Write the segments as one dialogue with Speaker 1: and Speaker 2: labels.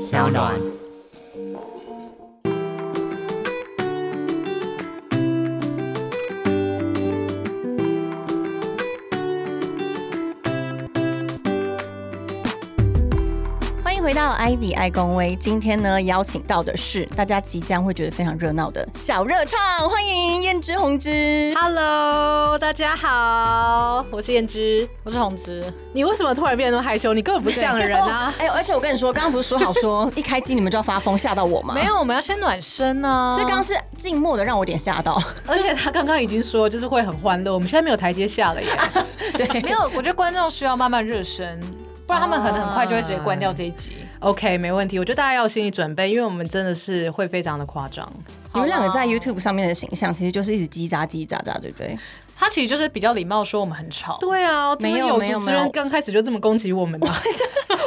Speaker 1: 小暖。
Speaker 2: 欢迎回到 Ivy 爱公微，今天呢邀请到的是大家即将会觉得非常热闹的小热唱，欢迎燕之红之。
Speaker 3: Hello，大家好，我是燕之。
Speaker 4: 我是红芝，
Speaker 3: 你为什么突然变得那么害羞？你根本不是这样的人啊！
Speaker 2: 哎呦，而且我跟你说，刚刚不是说好说一开机你们就要发疯，吓到我吗？
Speaker 4: 没，有，哎我们要先暖身呢、啊。
Speaker 2: 所以刚刚是静默的，让我有点吓到。
Speaker 3: 而且他刚刚已经说，就是会很欢乐。我们现在没有台阶下了耶。
Speaker 2: 对，
Speaker 4: 没有，我觉得观众需要慢慢热身，不然他们可能很快就会直接关掉这一集。
Speaker 3: OK，没问题。我觉得大家要有心理准备，因为我们真的是会非常的夸张。
Speaker 2: 你们两个在 YouTube 上面的形象，其实就是一直叽喳叽喳喳，对不对？
Speaker 4: 他其实就是比较礼貌说我们很吵，
Speaker 3: 对啊，怎么
Speaker 2: 没有没有
Speaker 3: 主持
Speaker 2: 没有
Speaker 3: 人刚开始就这么攻击我们呢、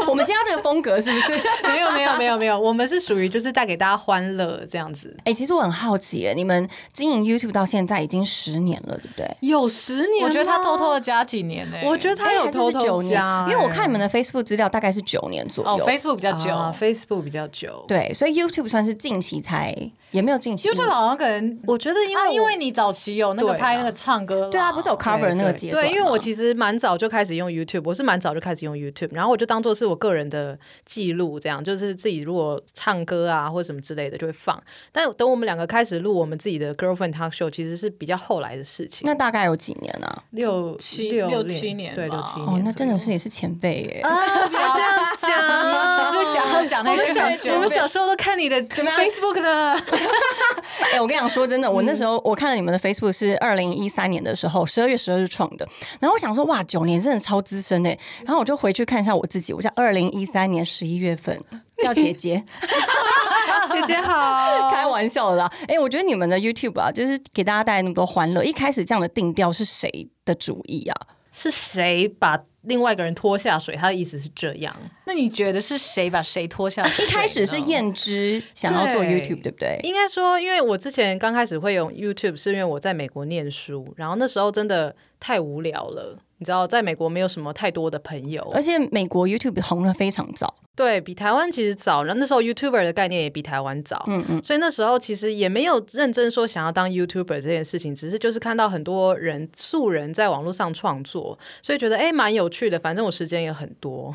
Speaker 2: 我们今天要这个风格是不是？
Speaker 3: 没有没有没有没有，我们是属于就是带给大家欢乐这样子。
Speaker 2: 哎、其实我很好奇耶，你们经营 YouTube 到现在已经十年了，对不对？
Speaker 3: 有十
Speaker 2: 啊
Speaker 3: 年，
Speaker 4: 我觉得他偷偷的，加几年呢、
Speaker 3: 我觉得他
Speaker 2: 哎
Speaker 3: 有
Speaker 2: 还是
Speaker 3: 偷
Speaker 2: 是九
Speaker 3: 偷
Speaker 2: 年
Speaker 3: 加，，哎
Speaker 2: 因为我看你们的 Facebook 资料大概是九年左
Speaker 4: 哦
Speaker 2: 右。
Speaker 4: ，Facebook 比较久、
Speaker 3: 啊 Facebook 比较久。
Speaker 2: 对，所以 YouTube 算是近期才，也没有近期。
Speaker 4: YouTube 好像可能
Speaker 3: 我觉得因为
Speaker 4: 啊，
Speaker 3: 我
Speaker 4: 因为你早期有那个
Speaker 3: 对啊
Speaker 4: 拍那个唱歌啦，
Speaker 2: 对啊，不是有 cover
Speaker 3: 对
Speaker 2: 那个
Speaker 3: 对
Speaker 2: 阶段
Speaker 3: 对，因为
Speaker 2: 吗
Speaker 3: 我其实蛮早就开始用 YouTube，我是蛮早就开始用 YouTube，然后我就当做是我个人的记录，这样就是自己如果唱歌啊或什么之类的就会放。但等我们两个开始录我们自己的 Girlfriend Talk Show，其实是比较后来的事情。
Speaker 2: 那大概有几年啊？
Speaker 3: 六
Speaker 4: 七
Speaker 3: 六
Speaker 4: 六七年
Speaker 3: 对
Speaker 4: 吧
Speaker 3: 六七年左
Speaker 2: 哦
Speaker 3: 右，，
Speaker 2: 那真的是也是前辈耶。
Speaker 4: 啊，不要这样讲， 是不是想要讲那
Speaker 3: 我
Speaker 4: 个
Speaker 3: 们小
Speaker 4: 感
Speaker 3: 我
Speaker 4: 觉
Speaker 3: 们。小时候都看你的
Speaker 2: 么样
Speaker 3: Facebook 的，
Speaker 2: 哎、我跟你讲，说真的，
Speaker 3: 嗯
Speaker 2: 我那时候我看了你们的 Facebook 是二零一三年的时候，十二月十二日创的。然后我想说，哇，九年真的超资深哎。然后我就回去看一下我自己，我叫二零一三年十一月份，叫姐 姐，
Speaker 3: 姐姐好。
Speaker 2: 开玩笑的啦。哎、我觉得你们的 YouTube 啊，就是给大家带来那么多欢乐。一开始这样的定调是谁的主意啊？
Speaker 3: 是谁把另外一个人拖下水？他的意思是这样。
Speaker 4: 那你觉得是谁把谁拖下水
Speaker 2: 一
Speaker 4: 呢？
Speaker 2: 开始是燕之想要做
Speaker 3: 对
Speaker 2: YouTube，对不对？
Speaker 3: 应该说，因为我之前刚开始会用 YouTube，是因为我在美国念书，然后那时候真的太无聊了。你知道，在美国没有什么太多的朋友
Speaker 2: 而，且美国 YouTube 红了非常早，
Speaker 3: 对比台湾其实早。然后那时候 YouTuber 的概念也比台湾早，
Speaker 2: 嗯嗯，
Speaker 3: 所以那时候其实也没有认真说想要当 YouTuber 这件事情，只是就是看到很多人素人在网络上创作，所以觉得哎蛮、有趣的。反正我时间也很多，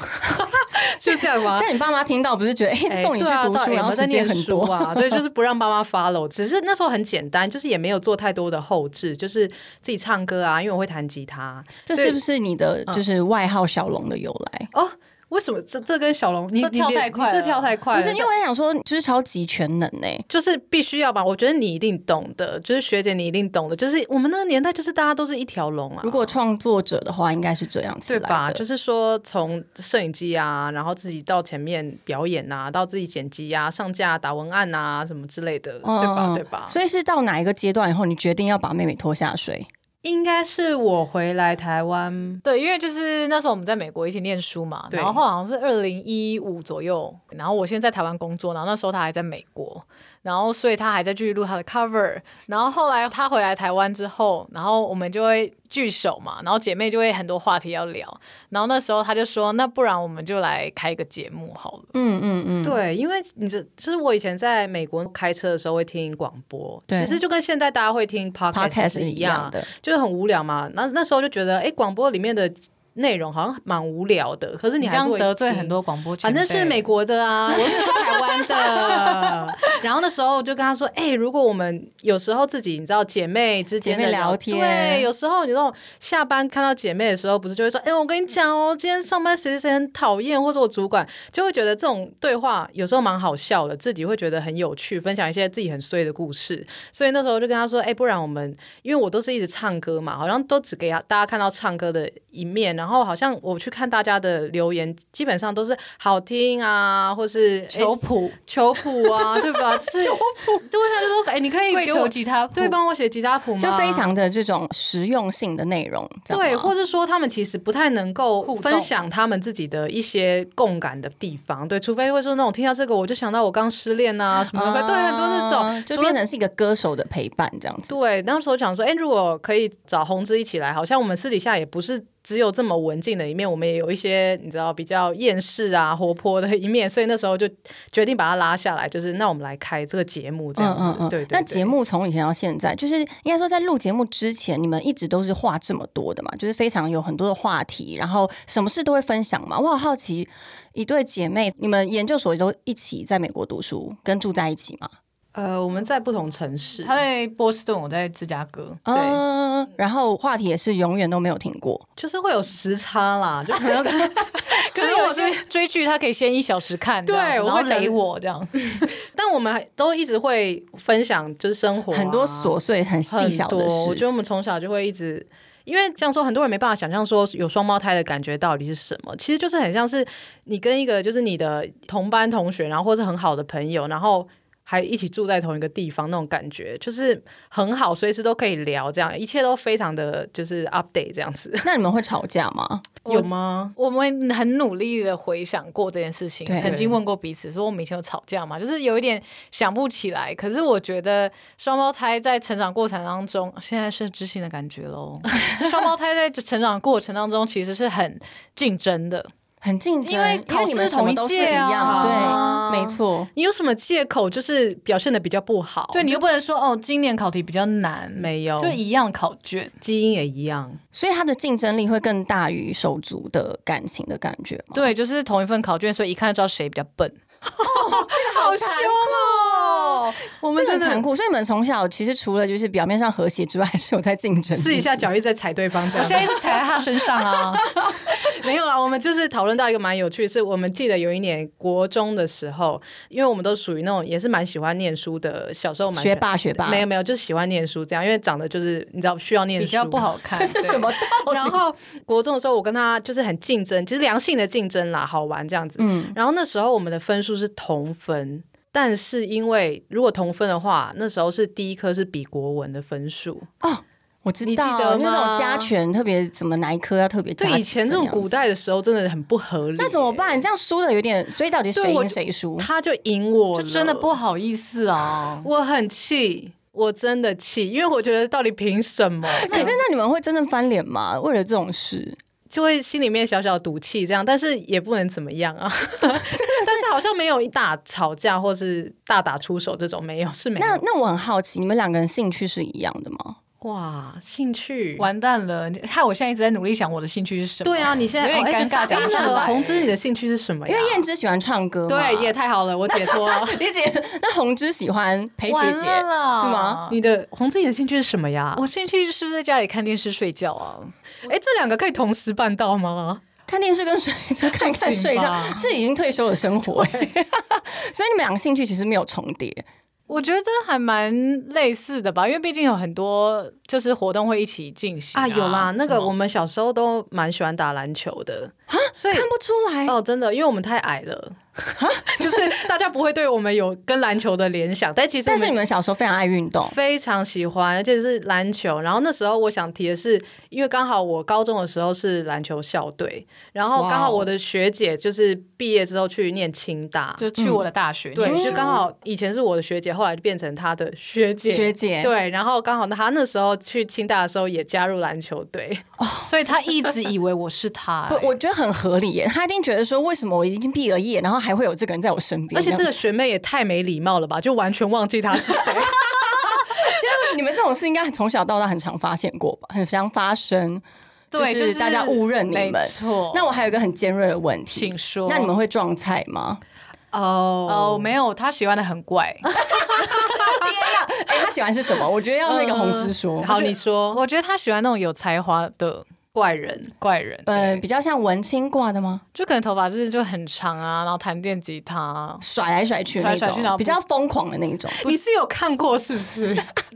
Speaker 3: 就这样吗
Speaker 2: 这样你爸妈听到不是觉得，哎、
Speaker 3: 啊哎
Speaker 2: 送你去
Speaker 3: 对啊
Speaker 2: 读
Speaker 3: 到
Speaker 2: 书，然
Speaker 3: 底有没
Speaker 2: 后
Speaker 3: 有在
Speaker 2: 时间
Speaker 3: 念
Speaker 2: 很
Speaker 3: 书
Speaker 2: 多
Speaker 3: 啊，对，就是不让爸妈 follow。只是那时候很简单，就是也没有做太多的后置，就是自己唱歌啊，因为我会弹吉他。
Speaker 2: 这
Speaker 3: 所以嗯
Speaker 2: 是不是你的就是外号小龙的由来？
Speaker 3: 哦，为什么这这跟小龙你
Speaker 4: 这
Speaker 3: 你
Speaker 4: 跳
Speaker 3: 你
Speaker 4: 太
Speaker 3: 你
Speaker 4: 快
Speaker 3: 这
Speaker 4: 了
Speaker 3: 跳太快
Speaker 2: 不
Speaker 3: 了，
Speaker 2: 是，因为我在想说，就是超级全能欸呢、
Speaker 3: 就是必须要吧？我觉得你一定懂的，就是学姐你一定懂的，就是我们那个年代就是大家都是一条龙啊。
Speaker 2: 如果创作者的话，应该是这样起
Speaker 3: 对
Speaker 2: 来
Speaker 3: 吧？
Speaker 2: 的。
Speaker 3: 就是说，从摄影机啊，然后自己到前面表演啊，到自己剪辑啊、上架、打文案啊，什么之类的，
Speaker 2: 嗯
Speaker 3: 对吧？
Speaker 2: 嗯
Speaker 3: 对吧？
Speaker 2: 所以是到哪一个阶段以后，你决定要把妹妹拖下水？
Speaker 3: 应该是我回来台湾，
Speaker 4: 对，因为就是那时候我们在美国一起念书嘛，
Speaker 3: 对
Speaker 4: 然后后来好像是二零一五左右，然后我现在在台湾工作，然后那时候他还在美国，然后所以他还在继续录他的 cover，然后后来他回来台湾之后，然后我们就会聚首嘛，然后姐妹就会很多话题要聊，然后那时候他就说，那不然我们就来开一个节目好了。
Speaker 2: 嗯嗯嗯，
Speaker 3: 对，啊因为你这就是我以前在美国开车的时候会听广播，
Speaker 2: 对
Speaker 3: 其实就跟现在大家会听
Speaker 2: ，Podcast
Speaker 3: podcast
Speaker 2: 是
Speaker 3: 是
Speaker 2: 一
Speaker 3: 一
Speaker 2: 样
Speaker 3: 样，嗯
Speaker 2: 的。
Speaker 3: 就是很无聊嘛。那那时候就觉得，哎，广播里面的内容好像蛮无聊的，可是
Speaker 4: 你
Speaker 3: 你
Speaker 4: 这
Speaker 3: 还是
Speaker 4: 样
Speaker 3: 会嗯
Speaker 4: 得罪
Speaker 3: 听
Speaker 4: 很。多广播前
Speaker 3: 反
Speaker 4: 辈，
Speaker 3: 正是美国 的啊，我是台湾的。 然后那时候就跟他说：“哎、如果我们有时候自己，你知道姐妹之间的
Speaker 2: 姐妹聊天
Speaker 3: 对，有时候你那种下班看到姐妹的时候，不是就会说：‘哎、我跟你讲哦，今天上班谁谁谁很讨厌，或者我主管就会觉得这种对话有时候蛮好笑的，自己会觉得很有趣，分享一些自己很衰的故事。所以那时候就跟他说：‘哎、不然我们因为我都是一直唱歌嘛，好像都只给大家看到唱歌的一面，然后好像我去看大家的留言，基本上都是好听啊，或是
Speaker 4: 求
Speaker 3: 诶
Speaker 4: 谱，
Speaker 3: 求谱 啊，对吧？就是对，他就说，哎、你可以
Speaker 4: 跪
Speaker 3: 给我
Speaker 4: 求吉他谱，
Speaker 3: 对帮我写吉他谱吗？
Speaker 2: 就非常的这种实用性的内容，这样吗
Speaker 3: 对，或是说他们其实不太能够
Speaker 4: 互动
Speaker 3: 分享他们自己的一些共感的地方，对，除非会说那种听到这个我就想到我刚失恋啊什么的，对，很多那种
Speaker 2: 啊就
Speaker 3: 除了
Speaker 2: 变成是一个歌手的陪伴这样子。
Speaker 3: 对，那时候想说，哎、如果可以找红之一起来，好像我们私底下也不是只有这么文静的一面，我们也有一些你知道比较厌世啊、活泼的一面，所以那时候就决定把它拉下来，就是那我们来开这个节目这样子。对对
Speaker 2: 嗯
Speaker 3: 对。
Speaker 2: 那节目从以前到现在，就是应该说在录节目之前，你们一直都是话这么多的嘛，就是非常有很多的话题，然后什么事都会分享嘛。我好好奇，一对姐妹，你们研究所都一起在美国读书，跟住在一起嘛？
Speaker 3: 呃，我们在不同城市，
Speaker 4: 他在波士顿，我在芝加哥。
Speaker 3: 对
Speaker 2: 嗯，然后话题也是永远都没有停过。
Speaker 3: 就是会有时差啦，就 可能
Speaker 4: 可
Speaker 3: 是
Speaker 4: 是
Speaker 3: 我
Speaker 4: 有些追剧，他可以先一小时看这样子，
Speaker 3: 对我
Speaker 4: 然
Speaker 3: 会
Speaker 4: 后
Speaker 3: 觉得
Speaker 4: 雷我这样。
Speaker 3: 但我们还都一直会分享，就是生活啊、
Speaker 2: 很多琐碎、很细小的
Speaker 3: 很多我觉
Speaker 2: 事，
Speaker 3: 得我们从小就会一直。因为这样说，很多人没办法想象说有双胞胎的感觉到底是什么。其实就是很像是你跟一个就是你的同班同学，然后或是很好的朋友，然后还一起住在同一个地方那种感觉，就是很好，随时都可以聊，这样一切都非常的就是 update 这样子，
Speaker 2: 那你们会吵架吗？
Speaker 3: 有吗？
Speaker 4: 我们很努力的回想过这件事情
Speaker 2: 对，
Speaker 4: 曾经问过彼此说我们以前有吵架吗？就是有一点想不起来。可是我觉得双胞胎在成长过程当中，现在是知性的感觉 喽。双胞胎在成长过程当中其实是很竞争的，
Speaker 2: 很竞争，
Speaker 4: 因为
Speaker 2: 因为
Speaker 4: 考
Speaker 2: 你
Speaker 4: 试
Speaker 2: 们什么
Speaker 4: 同一
Speaker 2: 都是一
Speaker 4: 届啊
Speaker 2: 样，
Speaker 4: 啊
Speaker 2: 对，没错。
Speaker 3: 你有什么借口就是表现的比较不好？
Speaker 4: 对你又不能说哦，今年考题比较难，
Speaker 3: 没有，
Speaker 4: 就一样考卷。
Speaker 3: 基因也一样。
Speaker 2: 所以他的竞争力会更大于手足的感情的感觉吗？
Speaker 4: 对，就是同一份考卷，所以一看就知道谁比较笨。
Speaker 3: 好凶哦！我
Speaker 2: 这很残酷，所以你们从小其实除了就是表面上和谐之外，还是有在竞争。
Speaker 3: 试一下
Speaker 2: 是不是
Speaker 3: 脚一直在踩对方，这
Speaker 4: 我
Speaker 3: 样
Speaker 4: 现在一直踩在他身上啊，
Speaker 3: 没有啦。我们就是讨论到一个蛮有趣的是，我们记得有一年国中的时候，因为我们都属于那种也是蛮喜欢念书的，小时候蛮喜
Speaker 2: 学
Speaker 3: 欢。
Speaker 2: 霸，学霸
Speaker 3: 没有没有，就是喜欢念书这样，因为长得就是你知道需要念书，
Speaker 4: 比 较不好 看。
Speaker 2: 这是什么道理？
Speaker 3: 然后国中的时候，我跟他就是很竞争，就是良性的竞争啦，好玩这样子。
Speaker 2: 嗯，
Speaker 3: 然后那时候我们的分数是同分，但是因为如果同分的话，那时候是第一科是比国文的分数。
Speaker 2: 我知
Speaker 3: 你记
Speaker 2: 道，
Speaker 3: 得
Speaker 2: 因为这种
Speaker 3: 吗
Speaker 2: 加权特别怎么哪一科要特别加
Speaker 3: 对
Speaker 2: 几分样子？
Speaker 3: 以前这种古代的时候，真的很不合理。
Speaker 2: 那怎么？办？这样输的有点，所以到底谁
Speaker 3: 对我
Speaker 2: 赢
Speaker 3: 就
Speaker 2: 谁输？
Speaker 3: 他就赢我
Speaker 4: 就
Speaker 3: 了，嗯
Speaker 4: 真的不好意思啊。
Speaker 3: 我很气，我真的气，因为我觉得到底凭什么？
Speaker 2: 可是那你们会真正翻脸吗？为了这种事，
Speaker 3: 就会心里面小小赌气这样，但是也不能怎么样啊。但是好像没有一大吵架或是大打出手这种，没有是没有。
Speaker 2: 那那我很好奇，你们两个人兴趣是一样的吗？
Speaker 3: 哇，兴趣
Speaker 4: 完蛋了，你害我现在一直在努力想我的兴趣是什么。
Speaker 3: 对啊，你现在
Speaker 4: 有点尴尬讲
Speaker 3: 真
Speaker 4: 不出
Speaker 3: 的，
Speaker 4: 来
Speaker 3: 红之，你的兴趣是什么呀？
Speaker 2: 因为燕之喜欢唱歌嘛，
Speaker 3: 啊对也太好了，我解脱了。
Speaker 2: 理解。那红之喜欢陪姐
Speaker 4: 完
Speaker 2: 姐，
Speaker 4: 了啦
Speaker 2: 是吗？
Speaker 3: 你的红之，你的兴趣是什么呀？
Speaker 4: 我兴趣是不是在家里看电视睡觉啊？
Speaker 3: 哎，这两个可以同时办到吗？
Speaker 2: 看电视跟睡就看看睡
Speaker 4: 不行
Speaker 2: 觉，
Speaker 4: 吧
Speaker 2: 是已经退休的生活、欸。所 以你们两个兴趣其实没有重叠，
Speaker 4: 我觉得还蛮类似的吧，因为毕竟有很多就是活动会一起进行
Speaker 3: 啊，有啦，那
Speaker 4: 什
Speaker 3: 个
Speaker 4: 么
Speaker 3: 我们小时候都蛮喜欢打篮球的所以
Speaker 2: 看不出来。
Speaker 3: 哦，真的，因为我们太矮了， 就是大家不会对我们有跟篮球的联想，但其实我
Speaker 2: 但
Speaker 3: 们
Speaker 2: 是你们小时候非常爱运动，
Speaker 3: 非常喜欢，而且是篮球。然后那时候我想提的是，因为刚好我高中的时候是篮球校队，然后
Speaker 4: 哇哦
Speaker 3: 刚好我的学姐就是毕业之后去念清大，
Speaker 4: 就嗯去我的大学，
Speaker 3: 嗯对，
Speaker 4: 念书
Speaker 3: 就刚好以前是我的学姐，后来就变成她的学姐。
Speaker 2: 学姐
Speaker 3: 对，然后刚好她那时候去清大的时候也加入篮球队，
Speaker 4: 所以他一直以为我是他、欸
Speaker 2: 不，我觉得很合理耶。他一定觉得说，为什么我已经毕了业，然后还会有这个人在我身边？
Speaker 3: 而且这
Speaker 2: 样
Speaker 3: 个学妹也太没礼貌了吧，就完全忘记她是
Speaker 2: 就
Speaker 3: 谁。
Speaker 2: 是你们这种事，应该从小到大很常发现过吧？很常发生，
Speaker 4: 对，
Speaker 2: 就是大家误认你们
Speaker 4: 没错。
Speaker 2: 那我还有一个很尖锐的问题，
Speaker 4: 请说，
Speaker 2: 那你们会撞菜吗？
Speaker 3: 哦
Speaker 4: 哦，没有，他喜欢的很怪。
Speaker 2: 哎、他喜欢是什么？我觉得要那个红之说。
Speaker 3: 嗯好，你说
Speaker 4: 我觉得他喜欢那种有才华的
Speaker 3: 怪人。
Speaker 4: 怪人，
Speaker 2: 呃，比较像文青挂的吗？
Speaker 4: 就可能头发就是就很长啊，然后弹电吉他啊、
Speaker 2: 甩来甩去那种，
Speaker 4: 甩来甩去然后不
Speaker 2: 比较疯狂的那一种。
Speaker 3: 你是有看过是不是？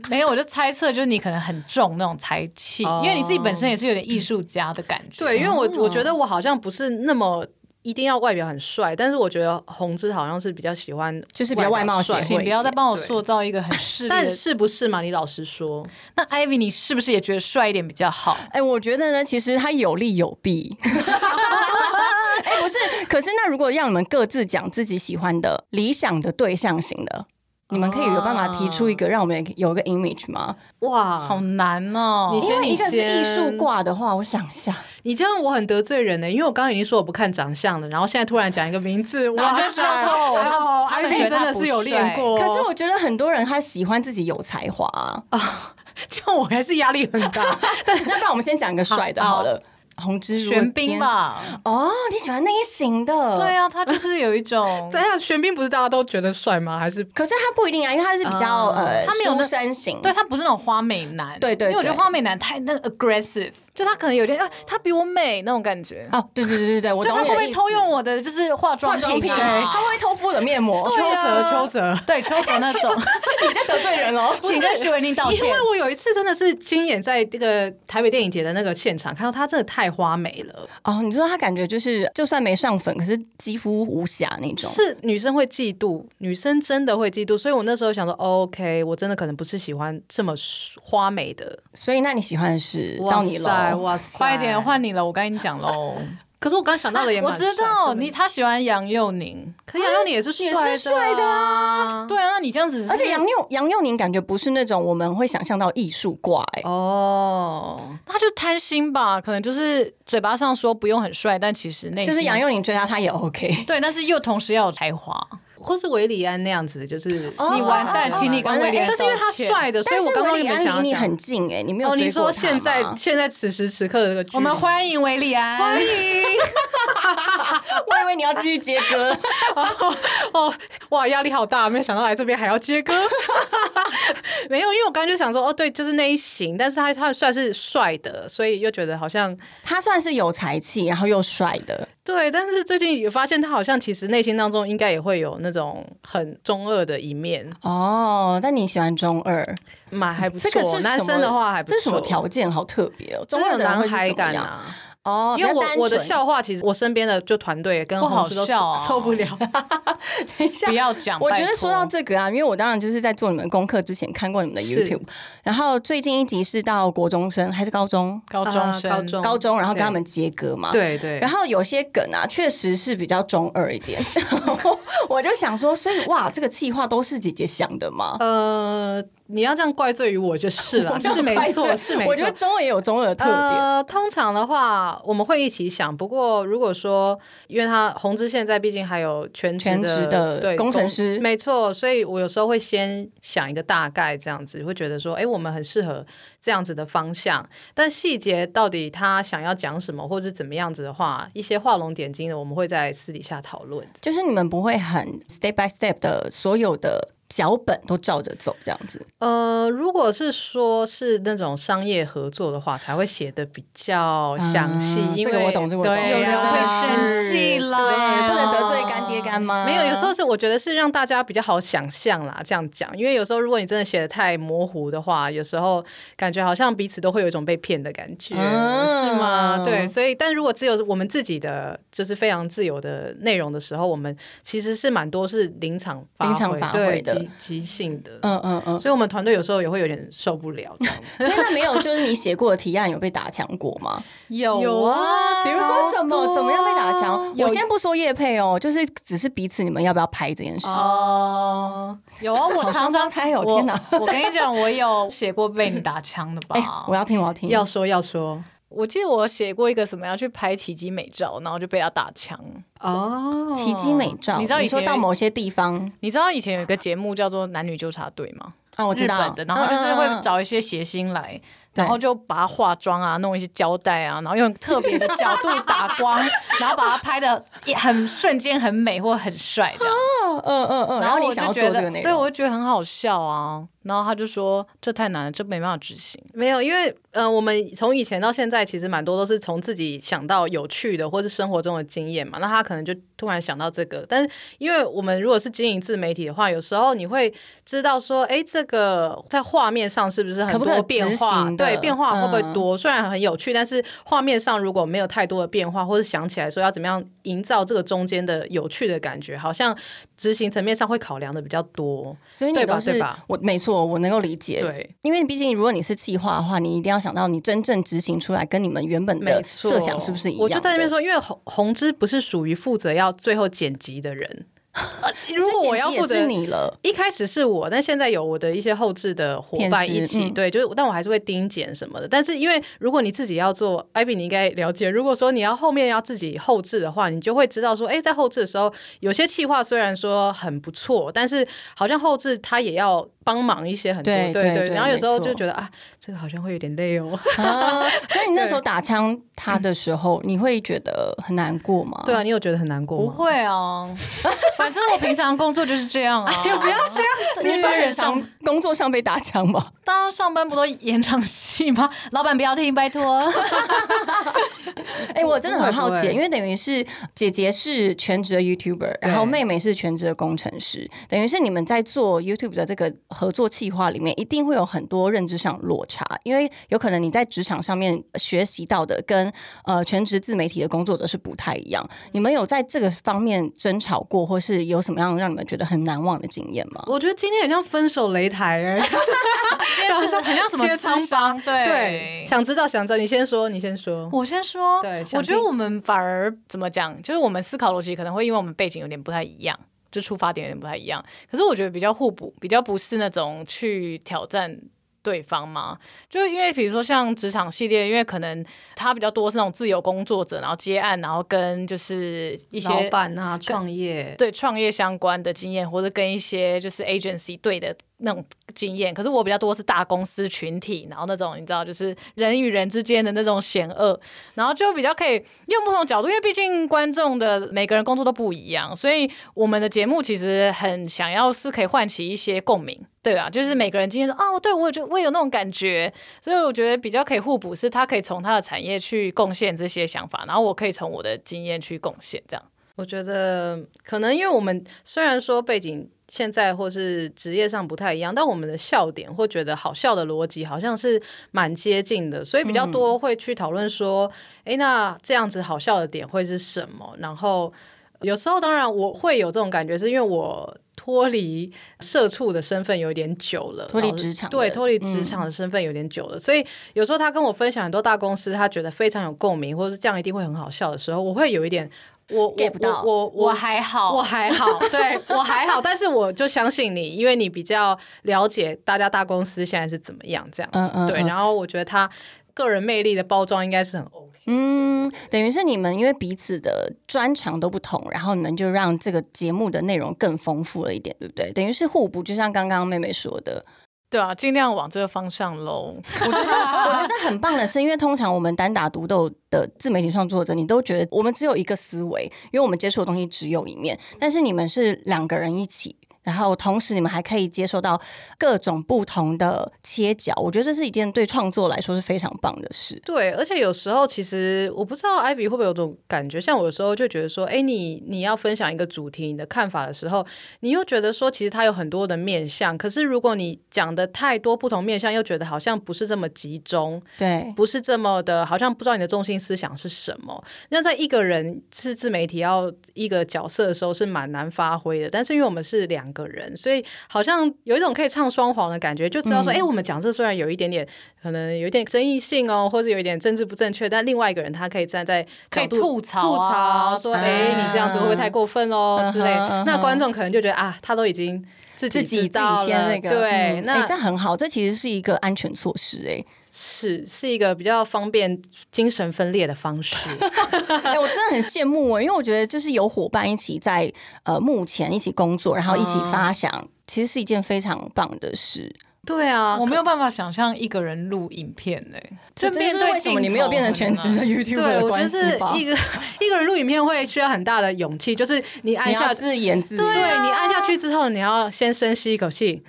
Speaker 4: 没哎有，我就猜测，就是你可能很重那种才气，
Speaker 3: 哦
Speaker 4: 因为你自己本身也是有点艺术家的感 觉。
Speaker 3: 对，因为我我觉得我好像不是那么一定要外表很帅，但是我觉得洪之好像是比较喜欢，
Speaker 2: 就是比较外貌协会
Speaker 3: 帅。
Speaker 4: 请不要再帮我
Speaker 3: 对
Speaker 4: 塑造一个很 势利
Speaker 3: 但
Speaker 4: 的。
Speaker 3: 是不是嘛？你老实说，
Speaker 4: 那 Ivy，你是不是也觉得帅一点比较好？
Speaker 2: 哎、我觉得呢，其实它有利有弊。 哎、不是，可是那如果让你们各自讲自己喜欢的理想的对象型的，你们可以有办法提出一
Speaker 4: 哦
Speaker 2: 个让我们有一个 image 吗？
Speaker 3: 哇，
Speaker 4: 好难哦。
Speaker 3: 你
Speaker 2: 因为一个是艺术
Speaker 3: 先
Speaker 2: 挂的话，我想一下，
Speaker 3: 你这样我很得罪人呢、因为我刚刚已经说我不看长相了，然后现在突然讲一个名字，我
Speaker 4: 然后就知道说我
Speaker 3: 哦，
Speaker 4: 他
Speaker 3: 艾
Speaker 4: 们
Speaker 3: 米
Speaker 4: 觉得
Speaker 3: 真
Speaker 4: 他
Speaker 3: 的
Speaker 4: 不
Speaker 3: 是有练
Speaker 4: 帅
Speaker 3: 过，
Speaker 2: 可是我觉得很多人他喜欢自己有才华啊、
Speaker 4: 哦
Speaker 3: 这样我还是压力很 大。
Speaker 2: 那不然我们先讲一个帅的好了，红之如
Speaker 4: 玄彬。吧，
Speaker 2: 哦，你喜欢那一型的？
Speaker 4: 对。啊，他就是有 一种
Speaker 2: 嗯
Speaker 3: 等一下，啊玄彬不是大家都觉得帅吗？还是
Speaker 2: 可是他不一定啊，因为他是比较、
Speaker 4: 嗯
Speaker 2: 呃，
Speaker 4: 他没有那
Speaker 2: 书生型，
Speaker 4: 对他不是那种花美男，
Speaker 2: 对对对
Speaker 4: 因为我觉得花美男太那个 aggressive，就他可能有点啊，他比我美那种感觉，
Speaker 2: 哦，对对对对对，我
Speaker 4: 就
Speaker 2: 懂
Speaker 4: 他
Speaker 2: 你
Speaker 4: 会不
Speaker 2: 的
Speaker 4: 会
Speaker 2: 意思
Speaker 4: 偷用我的就是化
Speaker 2: 化
Speaker 4: 妆
Speaker 2: 妆品？哎
Speaker 4: 品
Speaker 2: 对
Speaker 4: 啊
Speaker 2: 他？会偷敷我的面膜，
Speaker 3: 邱泽？邱泽，
Speaker 4: 对，邱泽那 种，
Speaker 2: 你在得罪人哦。
Speaker 4: 请跟徐文宁道
Speaker 3: 因
Speaker 4: 歉
Speaker 3: 为。我有一次真的是亲眼在这个台北电影节的那个现场看到他，真的太花美了，
Speaker 2: 哦，你说他感觉就是就算没上粉，可是肌肤无瑕那
Speaker 3: 就
Speaker 2: 种。
Speaker 3: 是女生会嫉妒，女生真的会嫉妒，所以我那时候想说，OK，我真哦的可能不是喜欢这么花美的。
Speaker 2: 所以那你喜欢的是
Speaker 3: 哇
Speaker 2: 到你
Speaker 3: 塞
Speaker 2: 了，
Speaker 3: 哇塞，
Speaker 4: 快点！换你了，我跟你 讲喽。
Speaker 3: 可啊是我刚想到的也
Speaker 4: 我
Speaker 3: 蛮帅、
Speaker 4: 知道
Speaker 3: 是不是
Speaker 4: 你，他喜欢杨佑宁。
Speaker 3: 可以啊，那你也是帅的、啊，
Speaker 2: 也是帅的
Speaker 3: 啊。
Speaker 4: 对啊，那你这样子是，
Speaker 2: 而且杨佑杨佑宁感觉不是那种我们会想象到艺术挂哎、
Speaker 3: 哦，
Speaker 4: 他就贪心吧，可能就是嘴巴上说不用很帅，但其实内心
Speaker 2: 就是杨佑宁追他，他也 OK。
Speaker 4: 对，但是又同时要有才华。
Speaker 3: 或是维里安那样子，就是、
Speaker 2: 哦
Speaker 4: 你完蛋，
Speaker 2: 哦
Speaker 4: 请你
Speaker 2: 完
Speaker 4: 跟
Speaker 2: 了
Speaker 4: 威
Speaker 2: 哎
Speaker 4: 廉
Speaker 3: 但是因为他
Speaker 4: 道歉
Speaker 3: 帅的，所以我刚刚
Speaker 2: 也
Speaker 3: 原本想
Speaker 2: 离
Speaker 3: 要
Speaker 2: 你
Speaker 3: 讲
Speaker 2: 很近哎、你没有
Speaker 3: 哦，
Speaker 2: 追
Speaker 3: 你
Speaker 2: 过他
Speaker 3: 说现在
Speaker 2: 吗
Speaker 3: 现在此时此刻的这个距离，
Speaker 4: 我们欢迎维里安，欢迎
Speaker 2: 我以为你要继续接歌，
Speaker 3: 哦，哇，压力好大，没有想到来这边还要接歌。 没有，因为我刚刚就想说，哦，对，就是那一型，但是他他算是帅的，所以又觉得好像
Speaker 2: 他算是有才气，然后又帅的。
Speaker 3: 对，但是最近也发现他好像其实内心当中应该也会有那种很中二的一面，
Speaker 2: 哦，但你喜欢中二，
Speaker 3: 蛮还不错。
Speaker 2: 这个是什么
Speaker 3: 男生的话还不
Speaker 2: 这
Speaker 3: 错，
Speaker 2: 是什么条件？好特别哦，中
Speaker 3: 真的
Speaker 2: 二
Speaker 3: 有
Speaker 2: 的人
Speaker 3: 男
Speaker 2: 会是
Speaker 3: 孩
Speaker 2: 怎么
Speaker 3: 感
Speaker 2: 样？
Speaker 3: 啊！
Speaker 2: 哦，
Speaker 3: 因为
Speaker 2: 比较单
Speaker 3: 我我的
Speaker 2: 纯，
Speaker 3: 笑话，其实我身边的就团队跟
Speaker 4: 不好
Speaker 3: 同事都
Speaker 4: 笑啊
Speaker 3: 受不了。
Speaker 2: 等一下
Speaker 4: 不。要讲。
Speaker 2: 我
Speaker 4: 拜
Speaker 2: 觉得
Speaker 4: 托
Speaker 2: 说到这个啊，因为我当然就是在做你们功课之前看过你们的
Speaker 3: 是
Speaker 2: YouTube，然后最近一集是到国中生还是高中？
Speaker 4: 高中生，
Speaker 3: 啊高中
Speaker 2: 高中，然后跟
Speaker 3: 对
Speaker 2: 他们接歌嘛。。
Speaker 3: 对对，
Speaker 2: 然后有些梗啊，确实是比较中二一点。 我就想说，所以哇，这个气话都是姐姐想的吗？
Speaker 3: 呃，你要这样怪罪于我就 是了，呃是没错，是没错。
Speaker 2: 我觉得中文也有中文的特点。
Speaker 3: 呃，通常的话我们会一起想，不过如果说，因为他红之现在毕竟还有全职
Speaker 2: 全职的
Speaker 3: 对
Speaker 2: 工程师
Speaker 3: 没错，所以我有时候会先想一个大概这样子，会觉得说，哎，我们很适合这样子的方向，但细节到底他想要讲什么，或是怎么样子的话，一些画龙点睛的，我们会在私底下讨论。
Speaker 2: 就是你们不会很 step by step 的所有的脚本都照着走这样子。
Speaker 3: 呃，如果是说是那种商业合作的话，才会写的比较详细，
Speaker 2: 嗯
Speaker 3: 因
Speaker 2: 这
Speaker 3: 为
Speaker 2: 个我懂这个我懂
Speaker 3: 对啊
Speaker 4: 有人
Speaker 3: 呀
Speaker 4: 会生气啦，
Speaker 2: 对，不能得罪干爹干妈。
Speaker 3: 没有，有时候是我觉得是让大家比较好想象啦，这样讲，因为有时候如果你真的写的太模糊的话，有时候感觉好像彼此都会有一种被骗的感觉，
Speaker 2: 嗯
Speaker 3: 是吗？对，所以但如果只有我们自己的就是非常自由的内容的时候，我们其实是蛮多是临场发挥、
Speaker 2: 临场发
Speaker 3: 对
Speaker 2: 挥的
Speaker 3: 即即兴的，
Speaker 2: 嗯嗯 嗯。
Speaker 3: 所以我们团队有时候也会有点受不了 这样子。
Speaker 2: 所以那没有，就是你写过的提案有被打枪过 吗？
Speaker 4: 有啊，
Speaker 2: 比如说什
Speaker 4: 超
Speaker 2: 么
Speaker 4: 多
Speaker 2: 怎么样被打枪？
Speaker 4: 有
Speaker 2: 我先不说叶配哦，就是只是彼此你们要不要拍这件事。
Speaker 4: 哦，有啊，我
Speaker 2: 好
Speaker 4: 常
Speaker 2: 双胞
Speaker 4: 常
Speaker 2: 胎哦
Speaker 4: 我
Speaker 2: 天哪！
Speaker 4: 我跟你讲，我有写过被你打枪的
Speaker 2: 哎
Speaker 4: 吧，？
Speaker 2: 我要听，我要听。
Speaker 3: 要说要说
Speaker 4: 我记得我写过一个什么要去拍体积美照，然后就被他打枪。
Speaker 3: 哦
Speaker 2: 奇迹美照，
Speaker 4: 你知道以前
Speaker 2: 说到某些地方
Speaker 4: 你知道以前有一个节目叫做《男女纠察队》吗？
Speaker 2: 啊，我知
Speaker 4: 日
Speaker 2: 道
Speaker 4: 本的，然后就是
Speaker 2: 嗯嗯嗯
Speaker 4: 会
Speaker 2: 嗯
Speaker 4: 找一些谐星来，
Speaker 2: 对
Speaker 4: 然后就把他化妆啊，弄一些胶带啊，然后用特别的角度打光，然后把他拍的很瞬间很美或很帅这样。
Speaker 2: 嗯嗯嗯，然后你
Speaker 4: 我
Speaker 2: 想
Speaker 4: 就
Speaker 2: 要
Speaker 4: 觉
Speaker 2: 做
Speaker 4: 得
Speaker 2: 这个，内容，
Speaker 4: 对我就觉得很好笑啊。然后他就说这太难了，这没办法执行。
Speaker 3: 没有，因为嗯、呃我们从以前到现在，其实蛮多都是从自己想到有趣的，或是生活中的经验嘛。那他可能就突然想到这个，但是因为我们如果是经营自媒体的话，有时候你会知道说，哎，这个在画面上是不是
Speaker 2: 可
Speaker 3: 很
Speaker 2: 不可
Speaker 3: 多变化？
Speaker 2: 执行的
Speaker 3: 对，变化会不
Speaker 2: 嗯
Speaker 3: 会多？虽然很有趣，但是画面上如果没有太多的变化，或者想起来说要怎么样营造这个中间的有趣的感觉，好像执行层面上会考量的比较多。
Speaker 2: 所以你
Speaker 3: 对吧
Speaker 2: 都是
Speaker 3: 对吧
Speaker 2: 我没错，我能够理解。
Speaker 3: 对，
Speaker 2: 因为毕竟如果你是企划的话，你一定要想到你真正执行出来跟你们原本
Speaker 3: 没
Speaker 2: 的
Speaker 3: 错，
Speaker 2: 设想是不是一样。
Speaker 3: 我就在那边，说，因为红红之不是属于负责要最后剪辑的人， 如果我要
Speaker 2: 呃所以
Speaker 3: 负
Speaker 2: 剪辑也
Speaker 3: 责
Speaker 2: 是你 了，
Speaker 3: 一开始是我，但现在有我的一些后置的伙伴
Speaker 2: 片师
Speaker 3: 一起，
Speaker 2: 嗯
Speaker 3: 对，就是，但我还是会盯检什么的。但是因为如果你自己要做，艾比你应该了解，如果说你要后面要自己后置的话，你就会知道说，哎，在后置的时候，有些企划虽然说很不错，但是好像后置他也要帮忙一些很多，
Speaker 2: 对
Speaker 3: 对
Speaker 2: 对
Speaker 3: 对
Speaker 2: 对
Speaker 3: 然后有时候
Speaker 2: 没错
Speaker 3: 就觉得啊，这个好像会有点累哦。
Speaker 2: 啊所以你那时候打枪他的时候，你会觉得很难过吗？
Speaker 3: 对啊，你有觉得很难过
Speaker 4: 不
Speaker 3: 吗？
Speaker 4: 会啊，反正我平常工作就是 这样啊。
Speaker 2: 哎
Speaker 4: 不 要这样，
Speaker 2: 你说人上工作上被打枪吗？
Speaker 4: 当然上班不都演场戏吗？老板不要听，拜托。
Speaker 2: 哎、我真的很好
Speaker 3: 不会
Speaker 2: 奇，
Speaker 3: 不会
Speaker 2: 因为等于是姐姐是全职的 YouTuber，然后
Speaker 3: 对
Speaker 2: 妹妹是全职的工程师，等于是你们在做 YouTube 的这个合作计划里面，一定会有很多认知上的落差，因为有可能你在职场上面学习到的跟呃全职自媒体的工作者是不太一样。你们有在这个方面争吵过，或是有什么样让你们觉得很难忘的经验吗？
Speaker 3: 我觉得今天很像分手擂台哎、
Speaker 4: 今天是很像什么
Speaker 3: 揭
Speaker 4: 智
Speaker 3: 疮
Speaker 4: 商？
Speaker 3: 对，想知道，想知道，你先说，你先说。
Speaker 4: 我先说，
Speaker 3: 对想
Speaker 4: 我觉得
Speaker 3: 听
Speaker 4: 我们反而怎么讲，就是我们思考逻辑可能会因为我们背景有点不太一样，就出发点有点不太一样。可是我觉得比较互补，比较不是那种去挑战对方嘛。就因为比如说像职场系列，因为可能他比较多是那种自由工作者，然后接案，然后跟就是一些
Speaker 3: 老板啊，创业，
Speaker 4: 对创业相关的经验，或者跟一些就是 agency 对的那种经验。可是我比较多是大公司群体，然后那种你知道，就是人与人之间的那种险恶，然后就比较可以用不同角度，因为毕竟观众的每个人工作都不一样，所以我们的节目其实很想要是可以唤起一些共鸣。对啊，就是每个人今天说哦，对我有觉我也有那种感觉，所以我觉得比较可以互补，是他可以从他的产业去贡献这些想法，然后我可以从我的经验去贡献，这样
Speaker 3: 我觉得可能因为我们虽然说背景现在或是职业上不太一样，但我们的笑点或觉得好笑的逻辑好像是蛮接近的，所以比较
Speaker 2: 嗯
Speaker 3: 多会去讨论说，诶，那这样子好笑的点会是什么？然后有时候当然我会有这种感觉，是因为我脱离社畜的身份有点久了，
Speaker 2: 脱离
Speaker 3: 老实
Speaker 2: 职场嗯的
Speaker 3: 对，脱离职场的身份有点久了，所以有时候他跟我分享很多大公司，他觉得非常有共鸣，或者是这样一定会很好笑的时候，我会有一点。我我
Speaker 2: get 不到
Speaker 3: 我我
Speaker 4: 还好
Speaker 3: 我还 好，对我还好，但是我就相信你，因为你比较了解大家大公司现在是怎么样这样子，
Speaker 2: 嗯嗯
Speaker 3: 对，
Speaker 2: 嗯
Speaker 3: 然后我觉得他个人魅力的包装应该是很 OK，
Speaker 2: 嗯，等于是你们因为彼此的专长都不同，然后你们就让这个节目的内容更丰富了一点，对不对？等于是互补，就像刚刚妹妹说的，
Speaker 4: 对啊，尽量往这个方向喽。
Speaker 2: 我觉得很棒的是，因为通常我们单打独斗的自媒体创作者，你都觉得我们只有一个思维，因为我们接触的东西只有一面，但是你们是两个人一起。然后，同时你们还可以接受到各种不同的切角，我觉得这是一件对创作来说是非常棒的事。
Speaker 3: 对，而且有时候其实我不知道艾比会不会有种感觉，像我有时候就觉得说，哎，你你要分享一个主题，你的看法的时候，你又觉得说，其实它有很多的面向，可是如果你讲的太多不同面向，又觉得好像不是这么集中，
Speaker 2: 对，
Speaker 3: 不是这么的，好像不知道你的中心思想是什么。那在一个人是自媒体要一个角色的时候是蛮难发挥的，但是因为我们是两个人，所以好像有一种可以唱双簧的感觉，就知
Speaker 2: 嗯
Speaker 3: 道说，哎、我们讲这虽然有一点点可能有一点争议性哦，或者有一点政治不正确，但另外一个人他可以站在
Speaker 4: 可以
Speaker 3: 角度
Speaker 4: 吐槽
Speaker 3: 吐
Speaker 4: 啊
Speaker 3: 槽说，哎、你这样子会不会太过分哦之类
Speaker 2: 嗯哼嗯哼
Speaker 3: 那观众可能就觉得啊，他都已经。自己
Speaker 2: 自己
Speaker 3: 知
Speaker 2: 自
Speaker 3: 道
Speaker 2: 己先
Speaker 3: 了
Speaker 2: 那个，
Speaker 3: 对，
Speaker 2: 嗯
Speaker 3: 那、
Speaker 2: 哎这很好，这其实是一个安全措施、 哎。
Speaker 3: 是是一个比较方便精神分裂的方式。
Speaker 2: 哎、我真的很羡慕欸我，因为我觉得就是有伙伴一起在呃幕前一起工作，然后一起
Speaker 3: 嗯
Speaker 2: 发想，其实是一件非常棒的事。
Speaker 3: 对啊，
Speaker 4: 我没有办法想象一个人录影片欸呢、
Speaker 2: 这
Speaker 4: 就
Speaker 2: 这
Speaker 4: 面
Speaker 2: 是
Speaker 4: 对
Speaker 2: 为什
Speaker 4: 镜
Speaker 2: 么
Speaker 4: 头
Speaker 2: 你没有变成全职的
Speaker 4: 很
Speaker 2: YouTube
Speaker 3: 对，
Speaker 2: 的
Speaker 3: 我觉
Speaker 2: 关
Speaker 3: 得
Speaker 2: 系
Speaker 3: 是
Speaker 2: 吧？
Speaker 3: 一个 一个人录影片会需要很大的勇气，就是你按
Speaker 2: 你
Speaker 3: 下
Speaker 2: 要自言自语，
Speaker 3: 对啊你按下去之后，你要先深吸一口气，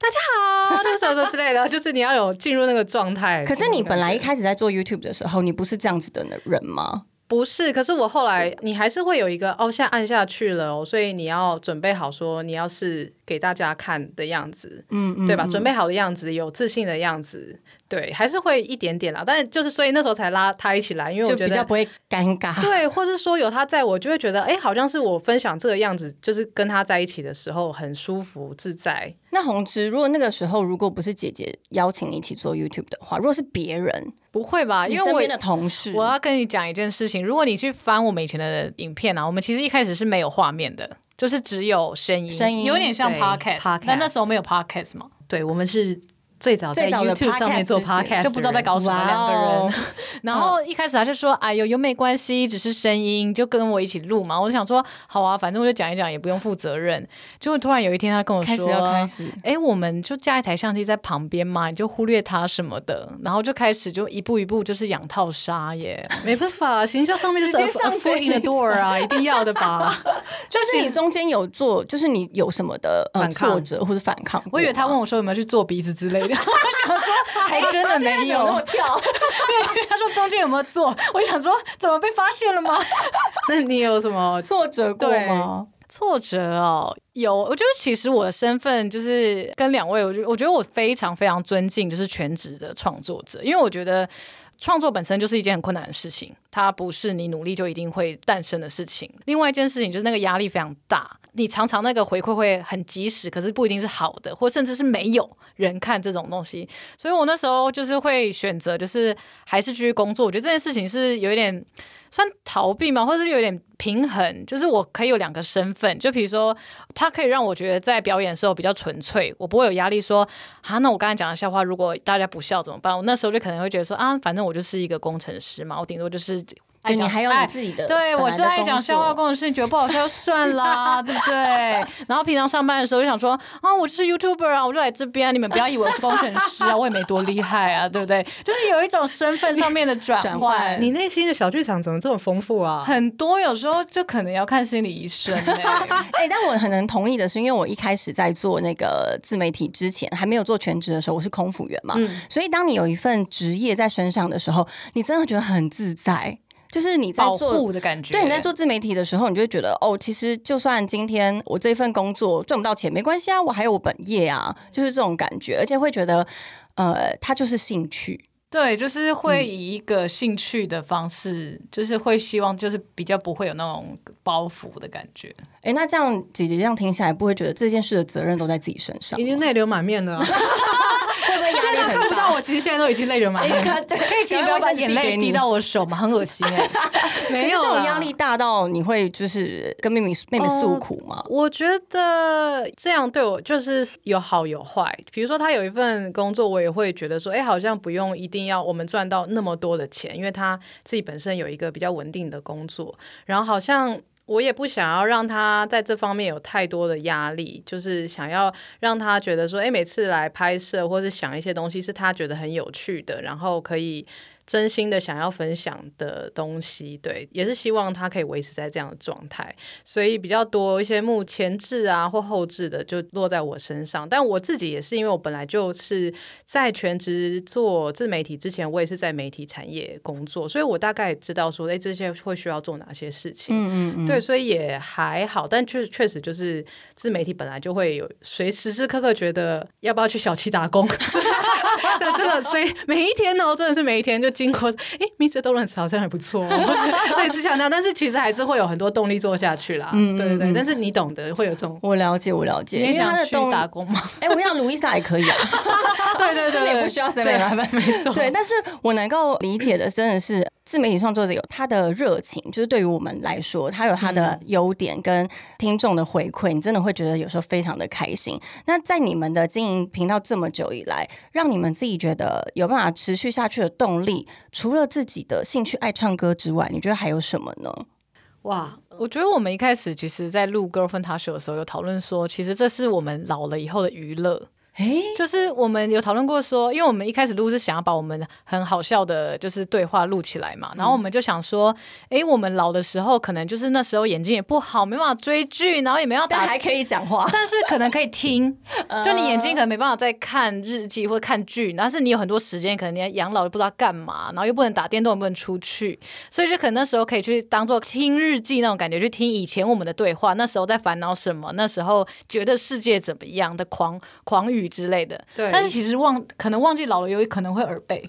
Speaker 3: 大家好，就是什么之类的，就是你要有进入那个状态。
Speaker 2: 可是你本来一开始在做 YouTube 的时候，你不是这样子的人吗？
Speaker 3: 不是，可是我后来你还是会有一个哦，现在按下去了哦，所以你要准备好说你要是给大家看的样子，
Speaker 2: 嗯嗯
Speaker 3: 对吧？准备好的样子，有自信的样子，对，还是会一点点啦。但是就是所以那时候才拉他一起来，因为我
Speaker 2: 就
Speaker 3: 觉
Speaker 2: 比
Speaker 3: 得
Speaker 2: 较不会尴尬。
Speaker 3: 对，或是说有他在我，就会觉得哎、诶好像是我分享这个样子，就是跟他在一起的时候很舒服自在。
Speaker 2: 那红芝，如果那个时候如果不是姐姐邀请你一起做 YouTube 的话，如果是别人，
Speaker 4: 不会吧？
Speaker 2: 你
Speaker 4: 因为
Speaker 2: 身
Speaker 4: 我
Speaker 2: 边的同事，
Speaker 4: 我要跟你讲一件事情，如果你去翻我们以前的影片啊，我们其实一开始是没有画面的。就是只有声音，
Speaker 2: 声音
Speaker 4: 有点像
Speaker 3: 对
Speaker 4: podcast，
Speaker 3: podcast 嗯
Speaker 4: 但那时候没有 podcast 嘛，
Speaker 3: 对我们是最早在
Speaker 2: 最早的
Speaker 3: YouTube 上面做
Speaker 2: podcast 之前
Speaker 3: podcast，
Speaker 4: 就不知道在搞什么
Speaker 2: 哇
Speaker 4: 两
Speaker 2: 哦
Speaker 4: 个 人。然后一开始他就说：“哎呦，又没关系，只是声音，就跟我一起录嘛。”我想说：“好啊，反正我就讲一讲，也不用负责任。”结果突然有一天，他跟我
Speaker 2: 开始要开
Speaker 4: 说。
Speaker 2: 始，
Speaker 4: 哎，我们就架一台相机在旁边嘛，你就忽略它什么的，然后就开始就一步一步就是养套杀耶。
Speaker 3: 没办法，行销上面就是
Speaker 2: 直接上
Speaker 3: a foot in the door 啊，一定要的吧。
Speaker 2: 就是你中间有做，就是你有什么的呃
Speaker 3: 反抗
Speaker 2: 挫折或者反抗过吗？哎
Speaker 4: 我以为他问我哎说有没有去做鼻子之类的，我 想说还真的没有。
Speaker 2: 跳，
Speaker 4: 对，他说中间有没有做？ 我想说怎么被发现了吗？
Speaker 3: 那你有什 么？
Speaker 2: 挫折过吗？
Speaker 4: 挫折哦，有，我觉得其实我的身份就是跟两位，我觉我觉得我非常非常尊敬，就是全职的创作者，因为我觉得创作本身就是一件很困难的事情，它不是你努力就一定会诞生的事情。另外一件事情就是那个压力非常大，你常常那个回馈会很及时，可是不一定是好的，或甚至是没有人看这种东西。所以我那时候就是会选择，就是还是继续工作。我觉得这件事情是有一点算逃避嘛，或者是有点平衡，就是我可以有两个身份，就比如说，它可以让我觉得在表演的时候比较纯粹，我不会有压力说啊，那我刚才讲的笑话，如果大家不笑怎么办？我那时候就可能会觉得说啊，反正我就是一个工程师嘛，我顶多就是爱
Speaker 2: 对哎你
Speaker 4: 讲
Speaker 2: 还有
Speaker 4: 爱
Speaker 2: 你自己的，
Speaker 4: 对，我就爱讲笑话
Speaker 2: 工
Speaker 4: 工程师，你觉得不好笑就算 啦，对不对？然后平常上班的时候就想说，啊，我就是 YouTuber 啊，我就来这边啊，你们不要以为我是工程师啊，我也没多厉害啊，对不对？就是有一种身份上面的转
Speaker 2: 转
Speaker 4: 换
Speaker 2: 换。
Speaker 3: 你内心的小剧场怎么这么丰富啊？
Speaker 4: 很多有时候就可能要看心理医生、欸，
Speaker 2: 哎、但我很能同意的是，因为我一开始在做那个自媒体之前，还没有做全职的时候，我是空服员
Speaker 4: 嗯
Speaker 2: 嘛，
Speaker 3: 嗯
Speaker 2: 所以当你有一份职业在身上的时候，你真的觉得很自在，就是你 在
Speaker 4: 保
Speaker 2: 做
Speaker 4: 护的感觉。
Speaker 2: 对，你在做自媒体的时候，你就会觉得哦，其实就算今天我这份工作赚不到钱，没关系啊，我还有我本业啊，就是这种感觉，而且会觉得呃，它就是兴趣。
Speaker 4: 对，就是
Speaker 2: 嗯
Speaker 4: 会以一个兴趣的方式，就是会希望就是比较不会有那种包袱的感觉。
Speaker 2: 哎，那这样姐姐这样听下来，不会觉得这件事的责任都在自己身上
Speaker 3: 已
Speaker 2: 吗？
Speaker 3: 经泪流满面 了，
Speaker 2: 会不会压力
Speaker 3: 啊看
Speaker 2: 很
Speaker 3: 不
Speaker 2: 大？
Speaker 3: 到我，其实现在都已经泪流满 面。
Speaker 2: 看，对，可以
Speaker 4: 请不要把眼泪滴到我手嘛，很恶心、欸。
Speaker 3: 没
Speaker 2: 没有啊
Speaker 3: 有
Speaker 2: 这种
Speaker 3: 啦
Speaker 2: 压力大到你会就是跟妹妹妹妹诉苦吗？
Speaker 3: 我觉得这样对我就是有好有坏。比如说，他有一份工作，我也会觉得说，哎，好像不用一定要我们赚到那么多的钱，因为他自己本身有一个比较稳定的工作，然后好像。我也不想要让他在这方面有太多的压力，就是想要让他觉得说，哎，每次来拍摄或是想一些东西是他觉得很有趣的，然后可以真心的想要分享的东西，对，也是希望他可以维持在这样的状态。所以比较多一些幕前置啊或后置的就落在我身上。但我自己也是因为我本来就是在全职做自媒体之前，我也是在媒体产业工作，所以我大概也知道说，哎、这些会需要做哪些事情。
Speaker 2: 嗯嗯嗯，
Speaker 3: 对，所以也还好，但确确实就是自媒体本来就会有随时时刻刻觉得要不要去小七打工 的这个，所以每一天哦，真的是每一天就经过，哎，Mr. Donuts 好像还不错、哦，或者类似像那样，但是其实还是会有很多动力做下去啦。
Speaker 2: 嗯
Speaker 3: 对对对，
Speaker 2: 嗯
Speaker 3: 但是你懂得会有这
Speaker 2: ，
Speaker 3: 种
Speaker 2: 我了解，我了解，
Speaker 4: 你 也
Speaker 2: 因为
Speaker 4: 想
Speaker 2: 他的
Speaker 4: 去
Speaker 2: 动，
Speaker 4: 打工吗？
Speaker 2: 哎，我想卢伊莎也可以啊，
Speaker 3: 对 对
Speaker 2: 真的
Speaker 3: 对
Speaker 2: 也
Speaker 3: 对，
Speaker 2: 不需要 seven
Speaker 3: 对
Speaker 2: eleven
Speaker 3: 没错，
Speaker 2: 对，但是我能够理解的真的是自媒体创作者有他的热情，就是对于我们来说，他有他的优点跟听众的回馈，你真的会觉得有时候非常的开心。那在你们的经营频道这么久以来，让你们自己觉得有办法持续下去的动力，除了自己的兴趣爱唱歌之外，你觉得还有什么呢？
Speaker 3: 哇，
Speaker 4: 我觉得我们一开始其实，在录《Girlfriend Talk Show》的时候，有讨论说，其实这是我们老了以后的娱乐。
Speaker 2: 诶，
Speaker 4: 就是我们有讨论过说，因为我们一开始录是想要把我们很好笑的，就是对话录起来嘛，然后我们就想说，诶，我们老的时候可能就是那时候眼睛也不好，没办法追剧，然后也没办法
Speaker 2: 但
Speaker 4: 打
Speaker 2: 还可以讲话，
Speaker 4: 但是可能可以听，就你眼睛可能没办法再看日记或看剧，但是你有很多时间，可能你养老又不知道干嘛，然后又不能打电动，也不能出去，所以就可能那时候可以去当做听日记那种感觉，去听以前我们的对话，那时候在烦恼什么，那时候觉得世界怎么样的狂狂语之类的。
Speaker 3: 对
Speaker 4: 但是其实忘可能忘记老了，有可能会耳背。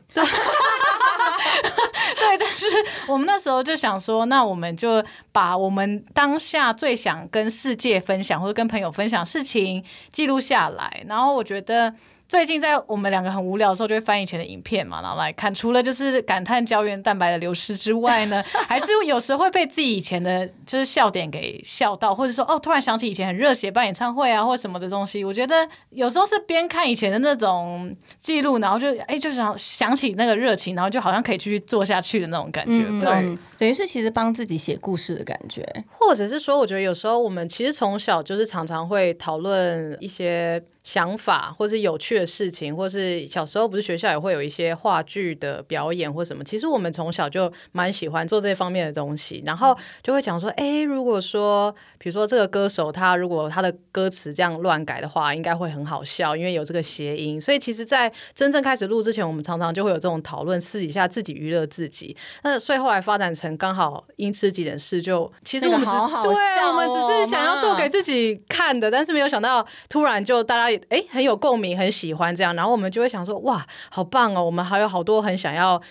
Speaker 4: 对，但是我们那时候就想说，那我们就把我们当下最想跟世界分享或者跟朋友分享的事情记录下来。然后我觉得最近在我们两个很无聊的时候，就会翻以前的影片嘛，然后来看。除了就是感叹胶原蛋白的流失之外呢，还是有时候会被自己以前的就是笑点给笑到，或者说哦，突然想起以前很热血办演唱会啊，或什么的东西。我觉得有时候是边看以前的那种记录，然后就哎、就想想起那个热情，然后就好像可以继续做下去的那种感觉。
Speaker 2: 嗯，
Speaker 4: 对，
Speaker 2: 嗯等于是其实帮自己写故事的感觉。
Speaker 3: 或者是说，我觉得有时候我们其实从小就是常常会讨论一些想法，或是有趣的事情，或是小时候不是学校也会有一些话剧的表演或什么。其实我们从小就蛮喜欢做这方面的东西，然后就会讲说，诶，如果说比如说这个歌手他如果他的歌词这样乱改的话，应该会很好笑，因为有这个谐音。所以其实，在真正开始录之前，我们常常就会有这种讨论，私底下自己娱乐自己。那所以后来发展成刚好因吃几点事就，其实
Speaker 2: 那
Speaker 3: 我
Speaker 2: 个
Speaker 3: 们只
Speaker 2: 好好
Speaker 3: 对
Speaker 2: 笑，
Speaker 3: 我们只是
Speaker 2: 哦
Speaker 3: 想要做
Speaker 2: 妈
Speaker 3: 给自己看的，但是没有想到突然就大家也哎很有共鸣，很喜欢这样，然后我们就会想说哇，好棒哦，我们还有好多很想要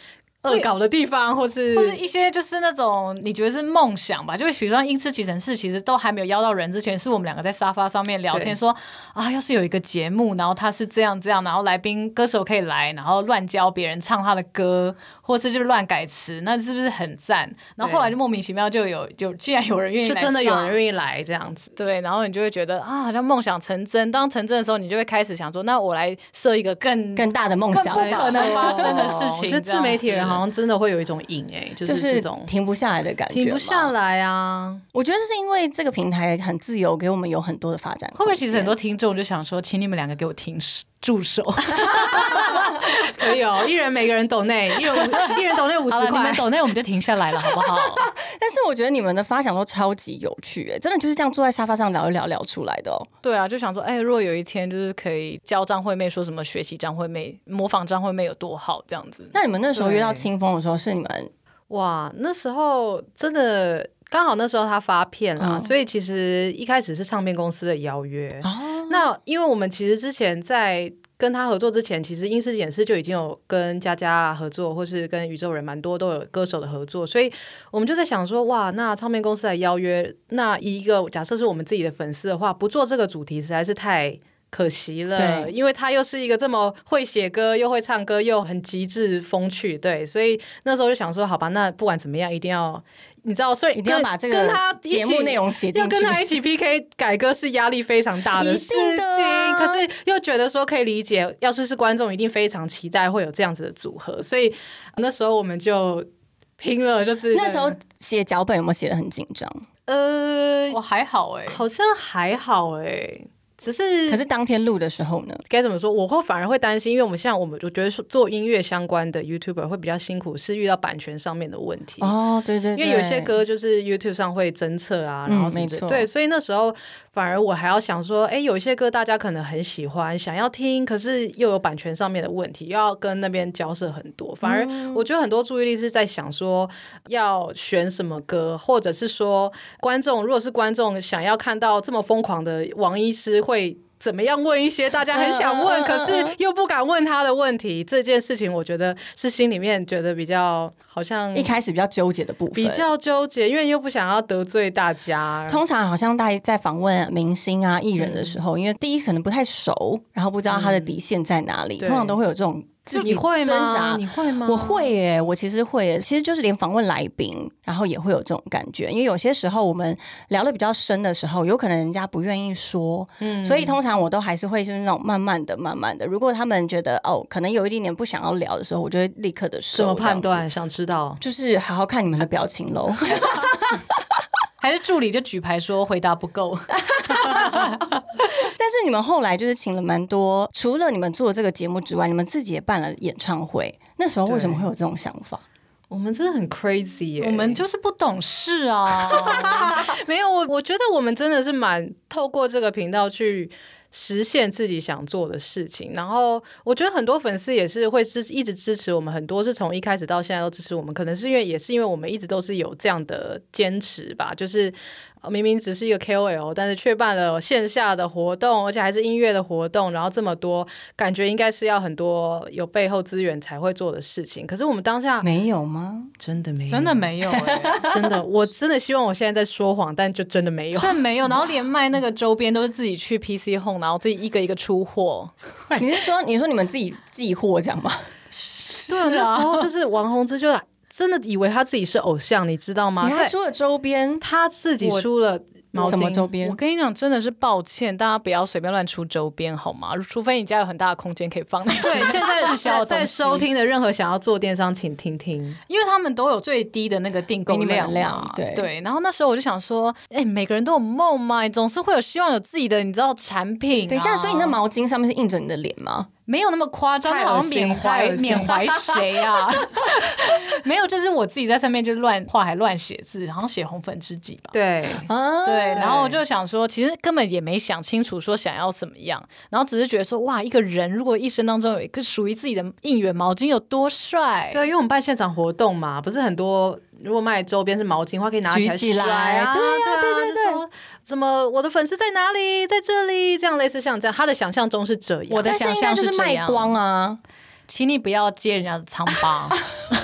Speaker 3: 恶搞的地方，或是
Speaker 4: 或是一些就是那种你觉得是梦想吧，就是比如说《因吃起程式》，其实都还没有邀到人之前，是我们两个在沙发上面聊
Speaker 3: 对
Speaker 4: 天说啊，要是有一个节目，然后他是这样这样，然后来宾歌手可以来，然后乱教别人唱他的歌，或是就是乱改词，那是不是很赞？然后后来就莫名其妙就有有，既然有人愿意
Speaker 3: 就
Speaker 4: 来
Speaker 3: 真的有
Speaker 4: 上
Speaker 3: 人愿意来这样子。
Speaker 4: 对，然后你就会觉得啊，好像梦想成真。当成真的时候，你就会开始想说，那我来设一个更
Speaker 2: 更大的梦想，
Speaker 4: 更不可能发生的事
Speaker 3: 哦我
Speaker 4: 情。
Speaker 3: 觉得
Speaker 4: 这
Speaker 3: 自
Speaker 4: 样
Speaker 3: 媒体人
Speaker 4: 子
Speaker 3: 好像真的会有一种瘾哎、就
Speaker 2: 就是
Speaker 3: 这
Speaker 2: 是
Speaker 3: 种
Speaker 2: 停不下来的感觉，
Speaker 3: 停不下。来啊。
Speaker 2: 我觉得是因为这个平台很自由，给我们有很多的发展。
Speaker 4: 会不会其实很多？听众就想说，请你们两个给我停住手，
Speaker 3: 可以哦，一人每个人抖内，一人五一人抖内五
Speaker 4: 好
Speaker 3: 十
Speaker 4: 了，你
Speaker 3: 块
Speaker 4: 们，抖内我们就停下来了，好不好？
Speaker 2: 但是我觉得你们的发想都超级有趣、哎，真的就是这样坐在沙发上聊一聊聊出来的哦。
Speaker 4: 对啊，就想说，哎、如果有一天就是可以教张惠妹说什么学习张惠妹、模仿张惠妹有多好，这样子。
Speaker 2: 那你们那时候
Speaker 3: 对
Speaker 2: 遇到清风的时候，是你们
Speaker 3: 哇，那时候真的刚好那时候他发片啦，
Speaker 2: 嗯
Speaker 3: 所以其实一开始是唱片公司的邀约。
Speaker 2: 哦，
Speaker 3: 那因为我们其实之前在跟他合作之前，其实英式演示就已经有跟佳佳啊合作，或是跟宇宙人蛮多都有歌手的合作，所以我们就在想说，哇，那唱片公司来邀约，那以一个假设是我们自己的粉丝的话，不做这个主题实在是太。可惜了，
Speaker 2: 对
Speaker 3: 因为他又是一个这么会写歌、又会唱歌、又很极致风趣，对，所以那时候就想说，好吧，那不管怎么样，一定要，你知道，所以
Speaker 2: 一定要
Speaker 3: 跟
Speaker 2: 把这
Speaker 3: 跟
Speaker 2: 个
Speaker 3: 他一
Speaker 2: 节目
Speaker 3: 起
Speaker 2: 内容写进
Speaker 3: 要
Speaker 2: 去。
Speaker 3: 跟他一起 PK 改歌是压力非常大的 事
Speaker 2: 一定
Speaker 3: 情，
Speaker 2: 的啊
Speaker 3: 可是又觉得说可以理解，要是是观众一定非常期待会有这样子的组合，所以那时候我们就拼了，就是
Speaker 2: 那时候写脚本有没有写的很紧张？
Speaker 3: 呃
Speaker 4: 我还好哎、
Speaker 3: 好像还好哎、只是
Speaker 2: 可是当天录的时候呢？
Speaker 3: 该怎么说？我会反而会担心，因为我们像我们我觉得说做音乐相关的 YouTuber 会比较辛苦，是遇到版权上面的问题
Speaker 2: 哦，对对
Speaker 3: 因
Speaker 2: 对，
Speaker 3: 为有些歌就是 YouTube 上会侦测啊，
Speaker 2: 嗯
Speaker 3: 然后什么之
Speaker 2: 没错
Speaker 3: 对，所以那时候反而我还要想说，哎，有一些歌大家可能很喜欢，想要听，可是又有版权上面的问题，又要跟那边交涉很多。反而
Speaker 2: 嗯
Speaker 3: 我觉得很多注意力是在想说要选什么歌，或者是说观众如果是观众想要看到这么疯狂的王医师会。怎么样问一些大家很想问，
Speaker 2: 嗯嗯嗯嗯
Speaker 3: 可是又不敢问他的问题，这件事情我觉得是心里面觉得比较好像
Speaker 2: 一开始比较纠结的部分，
Speaker 3: 比较纠结，因为又不想要得罪大家。
Speaker 2: 通常好像大家在访问明星啊、艺
Speaker 3: 嗯
Speaker 2: 人的时候，因为第一可能不太熟，然后不知道他的底线在哪里，
Speaker 3: 对
Speaker 2: 通常都会有这种自己
Speaker 3: 你会
Speaker 2: 挣
Speaker 3: 吗？
Speaker 2: 扎。
Speaker 3: 你会吗？
Speaker 2: 我会耶、我其实会耶、其实就是连访问来宾，然后也会有这种感觉，因为有些时候我们聊的比较深的时候，有可能人家不愿意说，
Speaker 3: 嗯
Speaker 2: 所以通常我都还是会是那种慢慢的、慢慢的。如果他们觉得哦，可能有一点点不想要聊的时候，我就会立刻的
Speaker 3: 怎么判
Speaker 2: 这样
Speaker 3: 断？想知道
Speaker 2: 子？就是好好看你们的表情 喽。
Speaker 4: 还是助理就举牌说回答不够。
Speaker 2: 但是你们后来就是请了蛮多，除了你们做这个节目之外，你们自己也办了演唱会。那时候为什么会有这种想法？
Speaker 3: 我们真的很 crazy 耶、
Speaker 4: 我们就是不懂事啊，
Speaker 3: 没有我，我觉得我们真的是蛮透过这个频道去。实现自己想做的事情，然后我觉得很多粉丝也是会支一直支持我们，很多是从一开始到现在都支持我们，可能是因为也是因为我们一直都是有这样的坚持吧，就是呃明明只是一个 KOL，但是却办了线下的活动，而且还是音乐的活动，然后这么多，感觉应该是要很多有背后资源才会做的事情，可是我们当下
Speaker 2: 没有吗？
Speaker 3: 真的没有，
Speaker 4: 真的没有哎、
Speaker 3: 真的，我真的希望我现在在说谎，但就真的没有。
Speaker 4: 真的没有。然后连卖那个周边都是自己去 PC Home 送，然后自己一个一个出货。
Speaker 2: 你是说你说你们自己寄货这样吗？
Speaker 3: 对啊，那时候就是王宏之就 真的以为他自己是偶像，你知道吗？
Speaker 2: 你还
Speaker 3: 在
Speaker 2: 出了周边，
Speaker 3: 他自己
Speaker 4: 我
Speaker 3: 出了毛
Speaker 2: 什么周
Speaker 3: 巾，
Speaker 4: 我
Speaker 2: 边？
Speaker 4: 跟你讲，真的是抱歉，大家不要随便乱出周边好吗？除非你家有很大的空间可以放那些
Speaker 3: 对，现在
Speaker 4: 滞销
Speaker 3: 在
Speaker 4: 的
Speaker 3: 在
Speaker 4: 东西
Speaker 3: 收，听的任何想要做电商，请听听。
Speaker 4: 因为他们都有最低的那个订购
Speaker 2: Minimum
Speaker 4: 量
Speaker 2: 量
Speaker 4: 嘛
Speaker 2: 对
Speaker 4: 对。然后那时候我就想说，哎、每个人都有梦嘛，你总是会有希望有自己的，你知道产品、啊
Speaker 2: 等一下，所以你那。啊毛巾上面是印着你的脸吗？
Speaker 4: 没有那么夸张，
Speaker 3: 太
Speaker 4: 那好
Speaker 3: 恶
Speaker 4: 像
Speaker 3: 心太
Speaker 4: 缅怀
Speaker 3: 恶心
Speaker 4: 缅怀 谁啊？没有，就是我自己在上面就乱画，还乱写字，好像写红粉知己吧。
Speaker 3: 对，
Speaker 2: 啊，
Speaker 4: 对，然后我就想说，其实根本也没想清楚说想要怎么样，然后只是觉得说，哇，一个人如果一生当中有一个属于自己的应援毛巾有多帅，
Speaker 3: 对，因为我们办现场活动嘛，不是很多。如果卖周边是毛巾的话，可以拿
Speaker 2: 举
Speaker 3: 来
Speaker 2: 起
Speaker 3: 甩啊，
Speaker 2: 来
Speaker 3: 对
Speaker 2: 对啊
Speaker 3: 啊，
Speaker 2: 对对对
Speaker 3: 就说什么我的粉丝在哪里，在这里，这样类似像这样，他的想象中是这样。
Speaker 4: 我的
Speaker 2: 但是
Speaker 4: 想
Speaker 2: 应该
Speaker 4: 象
Speaker 2: 就是
Speaker 4: 这
Speaker 2: 卖
Speaker 4: 样
Speaker 2: 光啊，
Speaker 4: 请你不要揭人家的疮疤。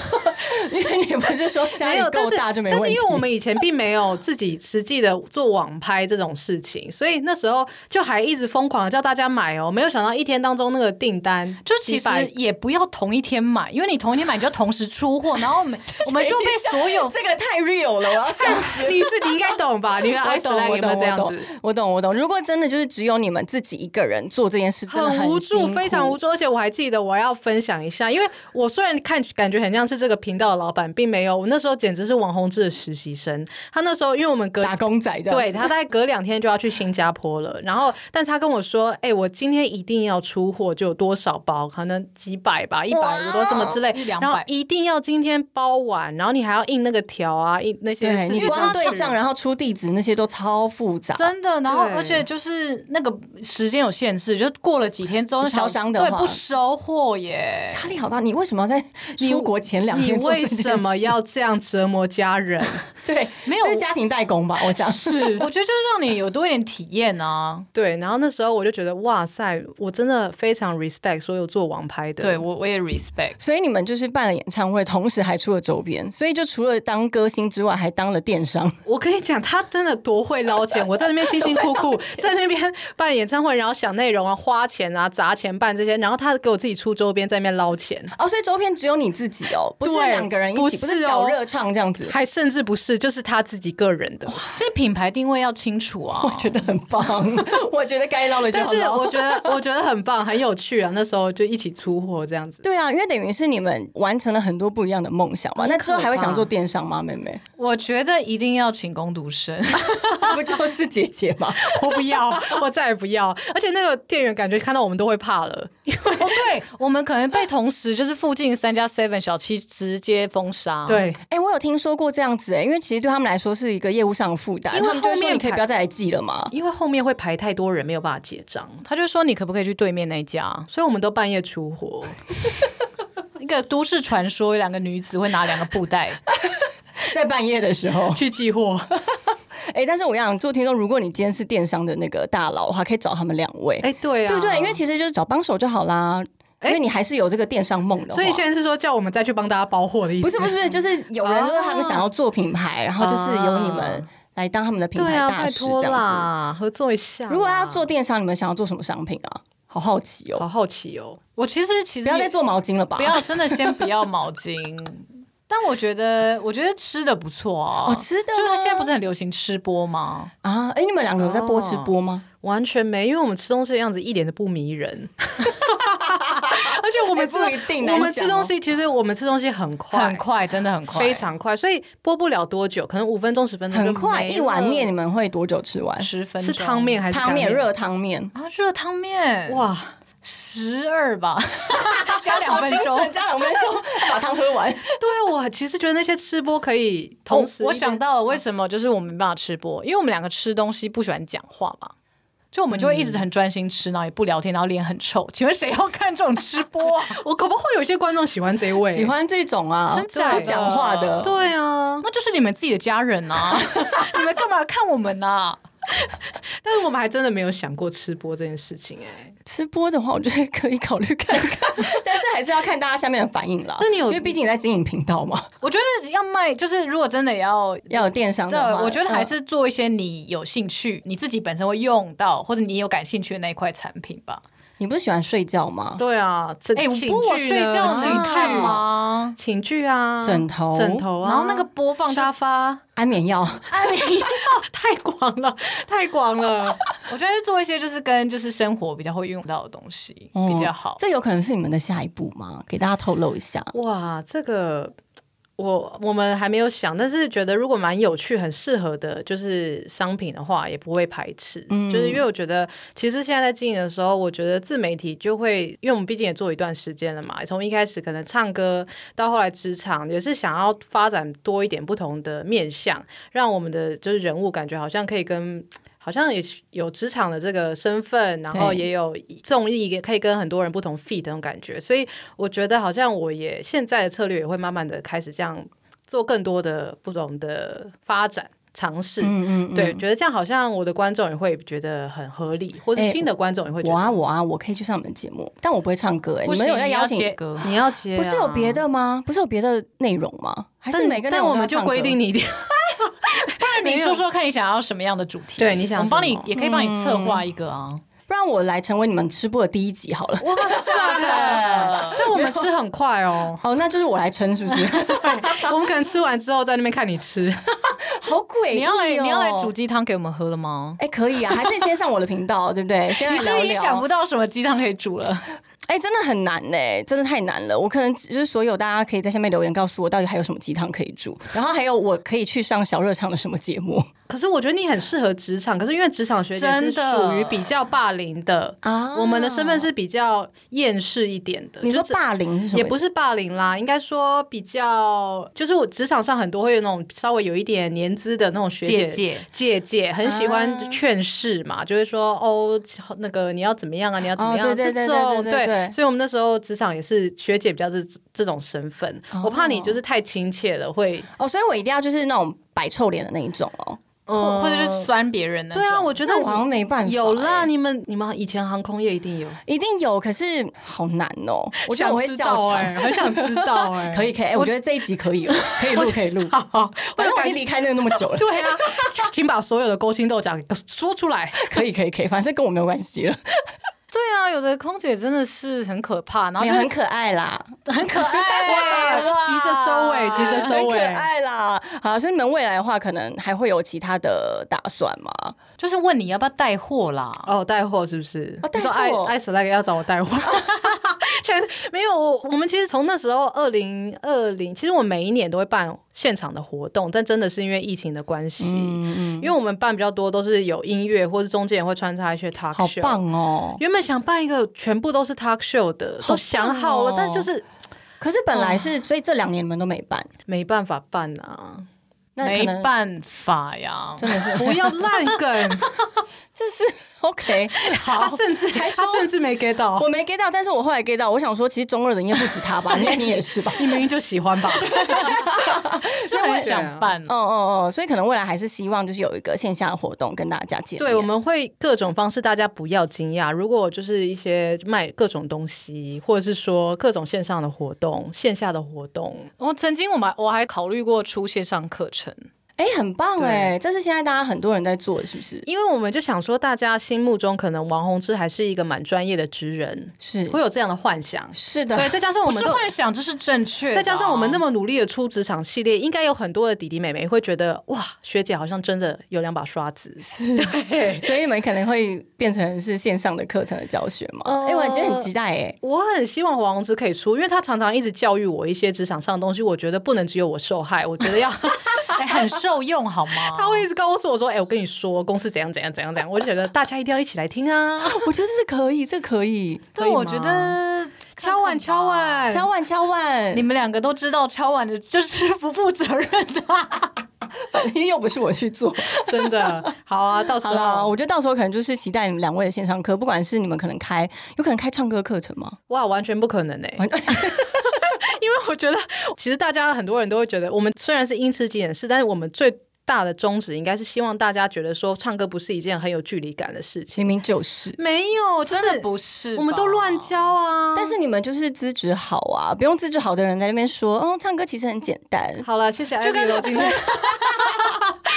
Speaker 2: 因为你不是说家
Speaker 3: 没
Speaker 2: 里
Speaker 3: 有，但
Speaker 2: 够
Speaker 3: 是
Speaker 2: 大就没
Speaker 3: 但
Speaker 2: 问题。
Speaker 3: 是因为我们以前并没有自己实际的做网拍这种事情，所以那时候就还一直疯狂地叫大家买哦，没有想到一天当中那个订单
Speaker 4: 就其
Speaker 3: 几
Speaker 4: 实
Speaker 3: 百
Speaker 4: 也不要同一天买，因为你同一天买，你就同时出货，然后我们我们就被所有
Speaker 2: 这个太 real 了，我要笑死。
Speaker 3: 你是你应该懂吧？你们
Speaker 2: 我
Speaker 3: i c
Speaker 2: 懂
Speaker 3: e l
Speaker 2: 我
Speaker 3: 有没有
Speaker 2: 懂
Speaker 3: 这样
Speaker 2: 我
Speaker 3: 子
Speaker 2: 懂？我懂，我懂。如果真的就是只有你们自己一个人做这件事，真的
Speaker 3: 很无助，
Speaker 2: 辛苦
Speaker 3: 非常无。助。而且我还记得我要分享一下，因为我虽然看感觉很像是这个频道的老板，并没有。我那时候简直是网红志的实习生。他那时候因为我们隔
Speaker 2: 打工仔这样子，
Speaker 3: 对他大概隔两天就要去新加坡了，然后但是他跟我说，哎、我今天一定要出货，就有多少包，可能几百吧，一百
Speaker 2: 哇
Speaker 3: 五多什么之类
Speaker 4: 一，两百
Speaker 3: 然后一定要今天包完，然后你还要印那个条啊，印那些
Speaker 2: 对
Speaker 3: 自
Speaker 2: 你
Speaker 3: 己
Speaker 4: 就
Speaker 2: 光
Speaker 4: 是
Speaker 2: 对账，然后出地址那些都超复杂。
Speaker 4: 真的，然后
Speaker 3: 对
Speaker 4: 而且就是那个时间有限制，就过了几天之后，
Speaker 2: 超商的
Speaker 4: 对
Speaker 2: 话
Speaker 4: 不收货耶。
Speaker 2: 压力好大，你为什么要在
Speaker 3: 你
Speaker 2: 出国前两
Speaker 3: 你
Speaker 2: 天做这
Speaker 3: 为
Speaker 2: 件事？
Speaker 3: 什么要这样折磨家人？
Speaker 2: 对？
Speaker 4: 没有
Speaker 2: 这是家庭代工吧？我想
Speaker 4: 是， 我觉得就是让你有多一点体验啊。
Speaker 3: 对，然后那时候我就觉得，哇塞，我真的非常 respect 所有做网拍的。
Speaker 4: 对我我也 respect。
Speaker 2: 所以你们就是办了演唱会，同时还出了周边，所以就除了当歌星之外，还当了电商。
Speaker 3: 我跟你讲，他真的多会捞钱。我在那边辛辛苦 苦，在那边办演唱会，然后想内容啊，花钱啊，砸钱办这些，然后他给我自己出周边，在那边捞钱，
Speaker 2: 哦，所以周边只有你自己哦， 不是
Speaker 3: 对
Speaker 2: 两个人一起，不
Speaker 3: 不是
Speaker 2: 是
Speaker 3: 哦
Speaker 2: 小热唱这样子，
Speaker 3: 还甚至不是，就是他自己个人的。
Speaker 4: 这品牌定位要清楚啊。
Speaker 2: 我 觉得很棒。 我觉得该捞的就
Speaker 3: 但
Speaker 2: 要
Speaker 3: 是
Speaker 2: 捞。
Speaker 3: 我觉得，我觉得很棒，很有趣啊！那时候就一起出货这样子。
Speaker 2: 对啊，因为等于是你们完成了很多不一样的梦想嘛。那之后还会想做电商吗，妹妹？
Speaker 4: 我觉得一定要请工读生，
Speaker 2: 不就是姐姐吗？
Speaker 3: 我不要， 我再也不要。而且那个店员感觉看到我们都会怕了。
Speaker 4: 哦，对，我们可能被同时就是附近三家 Seven 小七直接封杀。，
Speaker 3: 对，
Speaker 2: 哎、我有听说过这样子、哎，因为其实对他们来说是一个业务上的负担，
Speaker 3: 因为
Speaker 2: 他们就会
Speaker 3: 后
Speaker 2: 说
Speaker 3: 面
Speaker 2: 你可以
Speaker 3: 排
Speaker 2: 不要再来寄了 嘛。
Speaker 3: 因为后面会排太多人，没有办法结账，
Speaker 4: 他就说你可不可以去对面那一家？
Speaker 3: 所以我们都半夜出货。
Speaker 4: 一个都市传说，有两个女子会拿两个布袋，
Speaker 2: 在半夜的时候，
Speaker 3: 去寄货，
Speaker 2: 哎、但是我想做听众，如果你今天是电商的那个大佬的话，可以找他们两位，
Speaker 3: 哎、对啊，哎
Speaker 2: 对不对？因为其实就是找帮手就好啦，因为你还是有这个电商梦的话。
Speaker 3: 所以现在是说叫我们再去帮大家包货的意思？
Speaker 2: 不是不是不是，就是有人就是他们想要做品牌，然后就是由你们来当他们的品
Speaker 3: 啊对
Speaker 2: 牌
Speaker 3: 啊，
Speaker 2: 大
Speaker 3: 拜
Speaker 2: 使
Speaker 3: 托
Speaker 2: 这样子。
Speaker 3: 啦，合作一下啦。
Speaker 2: 如果要做电商，你们想要做什么商品啊？好好奇哦，
Speaker 3: 好好奇哦，
Speaker 4: 我其实其实
Speaker 2: 不要
Speaker 4: 也
Speaker 2: 再做毛巾了吧？
Speaker 4: 不要，真的先不要毛巾。但我觉得，我觉得吃的不错哦，
Speaker 2: 哦吃的
Speaker 4: 就是它
Speaker 2: 吗
Speaker 4: 现在不是很流行吃播吗？
Speaker 2: 啊！哎、你们两个有在播
Speaker 3: 哦
Speaker 2: 吃播吗？
Speaker 3: 完全没，因为我们吃东西的样子一点都不 迷人。而且我们
Speaker 2: 哎
Speaker 3: 吃东、
Speaker 2: 不一定
Speaker 3: 我们
Speaker 2: 难
Speaker 3: 吃
Speaker 2: 讲哦
Speaker 3: 东西其实我们吃东西很快，
Speaker 4: 很快，真的很快，
Speaker 3: 非常快，所以播不了多久，可能五分钟十分钟就
Speaker 2: 很快，
Speaker 3: 没
Speaker 2: 一碗
Speaker 3: 了
Speaker 2: 面你们会多久吃完？
Speaker 4: 十分
Speaker 3: 是
Speaker 4: 钟
Speaker 3: 汤面还是
Speaker 2: 汤
Speaker 3: 干
Speaker 2: 面、热汤面，
Speaker 4: 啊，热汤面哇，
Speaker 3: 哇。
Speaker 4: 十二 吧，加两分钟。
Speaker 2: 家长没有把汤喝完。
Speaker 3: 对啊，我其实觉得那些吃播可以同时、嗯
Speaker 4: 我我想，到了为什么就是我们没办法吃播，因为我们两个吃东西不喜欢讲话吧。就我们就会一
Speaker 3: 嗯
Speaker 4: 直很专心吃，然后也不聊天，然后脸很臭。请问谁要看这种吃播、啊？
Speaker 3: 我可不会有一些观众喜欢这一位，
Speaker 2: 喜欢这种啊，
Speaker 4: 真假的
Speaker 2: 不讲话的。
Speaker 3: 哎对啊，
Speaker 4: 那就是你们自己的家人啊，你们干嘛看我们呢、啊？
Speaker 3: 但是我们还真的没有想过吃播这件事情哎、
Speaker 2: 吃播的话，我觉得可以考虑看 看，但是还是要看大家下面的反应啦。
Speaker 3: 那你有嗯
Speaker 2: 因为毕竟你在经营频道嘛，
Speaker 4: 我觉得要卖，就是如果真的要嗯
Speaker 2: 要有电商
Speaker 4: 对
Speaker 2: 的话，，
Speaker 4: 我觉得还
Speaker 2: 嗯
Speaker 4: 是做一些你有兴趣、你自己本身会用到，或者你有感兴趣的那一块产品吧。
Speaker 2: 你不是喜欢睡觉吗？
Speaker 3: 对啊，这
Speaker 4: 哎、
Speaker 3: 请
Speaker 4: 不过我
Speaker 3: 剧
Speaker 4: 睡
Speaker 3: 呢
Speaker 4: 觉
Speaker 3: 请
Speaker 4: 你看
Speaker 3: 剧
Speaker 4: 吗？
Speaker 3: 请剧啊，
Speaker 2: 枕头
Speaker 3: 枕头啊，
Speaker 4: 然后那个播放就
Speaker 3: 沙发，
Speaker 2: 安眠 药，
Speaker 4: 安眠药，
Speaker 3: 太广了，太广了。
Speaker 4: 我觉得做一些就是跟就是生活比较会用到的东西、比较好。
Speaker 2: 哦这有可能是你们的下一步吗？给大家透露一下。
Speaker 3: 哇，这个我我们还没有想，但是觉得如果蛮有趣、很适合的，就是商品的话，也不会排斥。
Speaker 2: 嗯
Speaker 3: 就是因为我觉得，其实现在在经营的时候，我觉得自媒体就会，因为我们毕竟也做一段时间了嘛，从一开始可能唱歌，到后来职场，也是想要发展多一点不同的面向，让我们的就是人物感觉好像可以跟。好像也有职场的这个身份，然后
Speaker 2: 对
Speaker 3: 也有综艺，也可以跟很多人不同 feed 的那种感觉，所以我觉得好像我也现在的策略也会慢慢的开始这样做更多的不同的发展尝试。
Speaker 2: 嗯嗯
Speaker 3: 对，觉得这样好像我的观众也会觉得很合理，或者
Speaker 2: 哎
Speaker 3: 新的观众也会觉
Speaker 2: 我
Speaker 3: 得、哦
Speaker 2: 啊我啊，我可以去上你们节目，但我不会唱歌哎、
Speaker 4: 不
Speaker 2: 你
Speaker 4: 行
Speaker 2: 们有
Speaker 4: 你
Speaker 2: 邀
Speaker 4: 要
Speaker 2: 请？
Speaker 4: 接歌，
Speaker 3: 你要接、啊，
Speaker 2: 不是有别，的吗？不是有别的内容吗？还是
Speaker 3: 但
Speaker 2: 每个内
Speaker 3: 但
Speaker 2: 容
Speaker 3: 我
Speaker 2: 都要
Speaker 3: 们就
Speaker 2: 唱歌
Speaker 3: 规定你一定
Speaker 4: 那你说说看，你想要什么样的主题？
Speaker 3: 对你想
Speaker 4: 我们帮
Speaker 3: 什
Speaker 4: 你
Speaker 3: 么
Speaker 4: 也可以帮你策划一个啊。
Speaker 2: 不然我来成为你们吃播的第一集好了。，
Speaker 3: 哇，真的， 但我们吃很快哦
Speaker 2: 哦，那就是我来撑， 是不是？
Speaker 3: 我们可能吃完之后在那边看你吃，
Speaker 2: 好诡异、哦！
Speaker 4: 你要来你要来煮鸡汤给我们喝了吗？
Speaker 2: 哎、可以啊，还是先上我的频道，对不对？先
Speaker 4: 你
Speaker 2: 来
Speaker 4: 是
Speaker 2: 聊
Speaker 4: 不是也
Speaker 2: 聊。
Speaker 4: 想不到什么鸡汤可以煮了？
Speaker 2: 哎、真的很难呢、真的太难了。我可能就是所有大家可以在下面留言告诉我，到底还有什么鸡汤可以煮，然后还有我可以去上小热唱的什么节目
Speaker 3: 可是我觉得你很适合职场，可是因为职场学姐是
Speaker 4: 真的
Speaker 3: 属于比较霸凌的，
Speaker 2: 啊
Speaker 3: 我们的身份是比较厌世一点的。
Speaker 2: 你说
Speaker 3: 就只
Speaker 2: 霸凌是什么？
Speaker 3: 也不。是霸凌啦，应该说比较，就是我职场上很多会有那种稍微有一点年资的那种学姐
Speaker 4: 姐姐
Speaker 3: 姐姐很喜
Speaker 2: 啊
Speaker 3: 欢劝世嘛，就会说哦，那个你要怎么样啊，你要怎么样、啊
Speaker 2: 哦对对对
Speaker 3: 这种
Speaker 2: 对对对对
Speaker 3: 所以我们那时候职场也是学姐比较是这种身份，
Speaker 2: 哦
Speaker 3: 我怕你就是太亲切了会，
Speaker 2: 哦，所以我一定要就是那种摆臭脸的那一种哦。
Speaker 3: 嗯
Speaker 4: 或者是酸别人的。
Speaker 3: 对啊，我觉得
Speaker 2: 那我好像没办法、
Speaker 3: 有啦，
Speaker 2: 欸
Speaker 3: 你们你们以前航空业一定有，
Speaker 2: 一定有，可是好难哦。我觉得我会笑场。
Speaker 3: 哎、很想知道哎、
Speaker 2: 可以可以，哎我觉得这一集可以哦，可以录可以录。
Speaker 3: 好好，
Speaker 2: 反正我已
Speaker 3: 感
Speaker 2: 经离开那个那么久 了，
Speaker 3: 对啊，请把所有的勾心斗角都说 出来。
Speaker 2: 可以可以可以，反正跟我没有关系了。
Speaker 4: 对啊，有的空姐真的是很可怕，然后
Speaker 2: 没
Speaker 4: 就
Speaker 2: 有
Speaker 4: 是
Speaker 2: 很可爱 啦，
Speaker 4: 很可爱，
Speaker 3: 哇
Speaker 4: 哇
Speaker 3: 急着收尾急着收
Speaker 2: 很可
Speaker 3: 尾
Speaker 2: 爱啦。好，所以你们未来的话，可能还会有其他的打算吗？
Speaker 4: 就是问你要不要带货啦。
Speaker 3: 哦，带货是不是？
Speaker 2: 哦带货
Speaker 3: 你说爱爱死那个要找我带货。 全没有我，我们其实从那时候二零二零，其实我每一年都会办现场的活动，但真的是因为疫情的关系，
Speaker 2: 嗯
Speaker 3: 因为我们办比较多都是有音乐，或是中间也会穿插一些 talk
Speaker 2: 好
Speaker 3: show。
Speaker 2: 棒哦！
Speaker 3: 原本想办一个全部都是 talk show 的，
Speaker 2: 好
Speaker 3: 都想好了，
Speaker 2: 棒哦
Speaker 3: 但就是
Speaker 2: 可是啊本来是，所以这两年你们都没办，
Speaker 3: 没办法办啊！
Speaker 2: 那可
Speaker 4: 没
Speaker 2: 能
Speaker 4: 办法呀，
Speaker 2: 真的是
Speaker 3: 不要烂梗，
Speaker 2: 这是 OK 好
Speaker 3: 他。甚至
Speaker 2: 还说
Speaker 3: 他甚至没 get 到，
Speaker 2: 我没 get 到，但是我后来 get 到，我想说，其实中二的应该不止他 吧，应该你也是吧？
Speaker 3: 你明明就喜欢 吧？
Speaker 4: 就很
Speaker 3: 啊
Speaker 4: 想办。啊
Speaker 2: 哦哦哦，所以可能未来还是希望就是有一个线下的活动跟大家见面。
Speaker 3: 对，我们会各种方式，大家不要惊讶。如果就是一些卖各种东西，或者是说各种线上的活动、线下的活动，
Speaker 4: 我曾经我们我还考虑过出线上课程，
Speaker 2: 哎、很棒哎、这是现在大家很多人在做的，是不是？
Speaker 3: 因为我们就想说，大家心目中可能王宏志还是一个蛮专业的职人，
Speaker 2: 是
Speaker 3: 会有这样的幻想。
Speaker 2: 是的，
Speaker 3: 对，再加上我
Speaker 4: 不
Speaker 3: 们
Speaker 4: 是
Speaker 3: 都。
Speaker 4: 幻想，这是正确的啊。
Speaker 3: 再加上我们那么努力的出职场系列，应该有很多的弟弟妹妹会觉得哇，学姐好像真的有两把刷子。
Speaker 2: 是，
Speaker 3: 对，
Speaker 2: 所以你们可能会变成是线上的课程的教学嘛？哎、
Speaker 3: 呃
Speaker 2: 我觉得很期待哎、
Speaker 3: 我很希望黄宏之可以出，因为他常常一直教育我一些职场上的东西，我觉得不能只有我受害，我 觉得要
Speaker 4: 哎很受用，好吗？
Speaker 3: 他会一直告诉我说：“哎、我跟你说，公司怎样怎样怎样怎样。”我就觉得大家一定要一起来 听啊！
Speaker 2: 我觉得这可以，这可 以，
Speaker 4: 对，
Speaker 3: 可以吗
Speaker 4: 我觉得
Speaker 3: 敲碗敲，碗，
Speaker 2: 敲碗敲碗，
Speaker 4: 看看吧你们两个都知道敲碗的就是不负责任的啊。
Speaker 2: 反正又不是我去做。
Speaker 3: 真的好啊！到 时
Speaker 2: 好了，
Speaker 3: 候
Speaker 2: 我觉得到时候可能就是期待你们两位的线上课，不管是你们可能开，有可能开唱歌课程吗？
Speaker 3: 哇，完全不可能哎、
Speaker 2: 完
Speaker 3: 因为我觉得其实大家很多人都会觉得，我们虽然是因吃鸡人士，但是我们最。大的宗旨应该是希望大家觉得说，唱歌不是一件很有距离感的事情。
Speaker 2: 明明就是。
Speaker 3: 没有，就
Speaker 4: 真
Speaker 3: 是
Speaker 4: 的不是吧，
Speaker 3: 我们都乱教啊。
Speaker 2: 但是你们就是资质好啊，不用资质好的人在那边说，哦，唱歌其实很简单。
Speaker 3: 好了，谢谢艾
Speaker 4: 就跟
Speaker 3: 米罗今 天。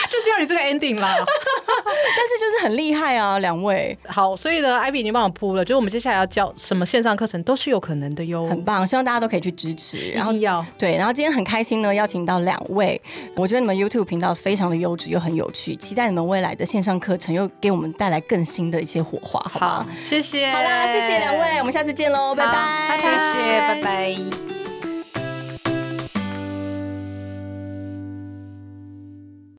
Speaker 4: 就是要你这个 ending 啦。
Speaker 2: 但是就是很厉害啊，两位
Speaker 3: 好，所以呢，艾比已经帮我铺了，就是我们接下来要教什么线上课程都是有可能的哟。
Speaker 2: 很棒，希望大家都可以去支持。然后
Speaker 3: 一定要
Speaker 2: 对，然后今天很开心呢，邀请到两位，我觉得你们 YouTube 频道非常的优质又很有趣，期待你们未来的线上课程又给我们带来更新的一些火花，好吗？
Speaker 3: 好，谢谢。
Speaker 2: 好啦，谢谢两位，我们下次见喽，拜拜，
Speaker 4: 谢谢，拜拜。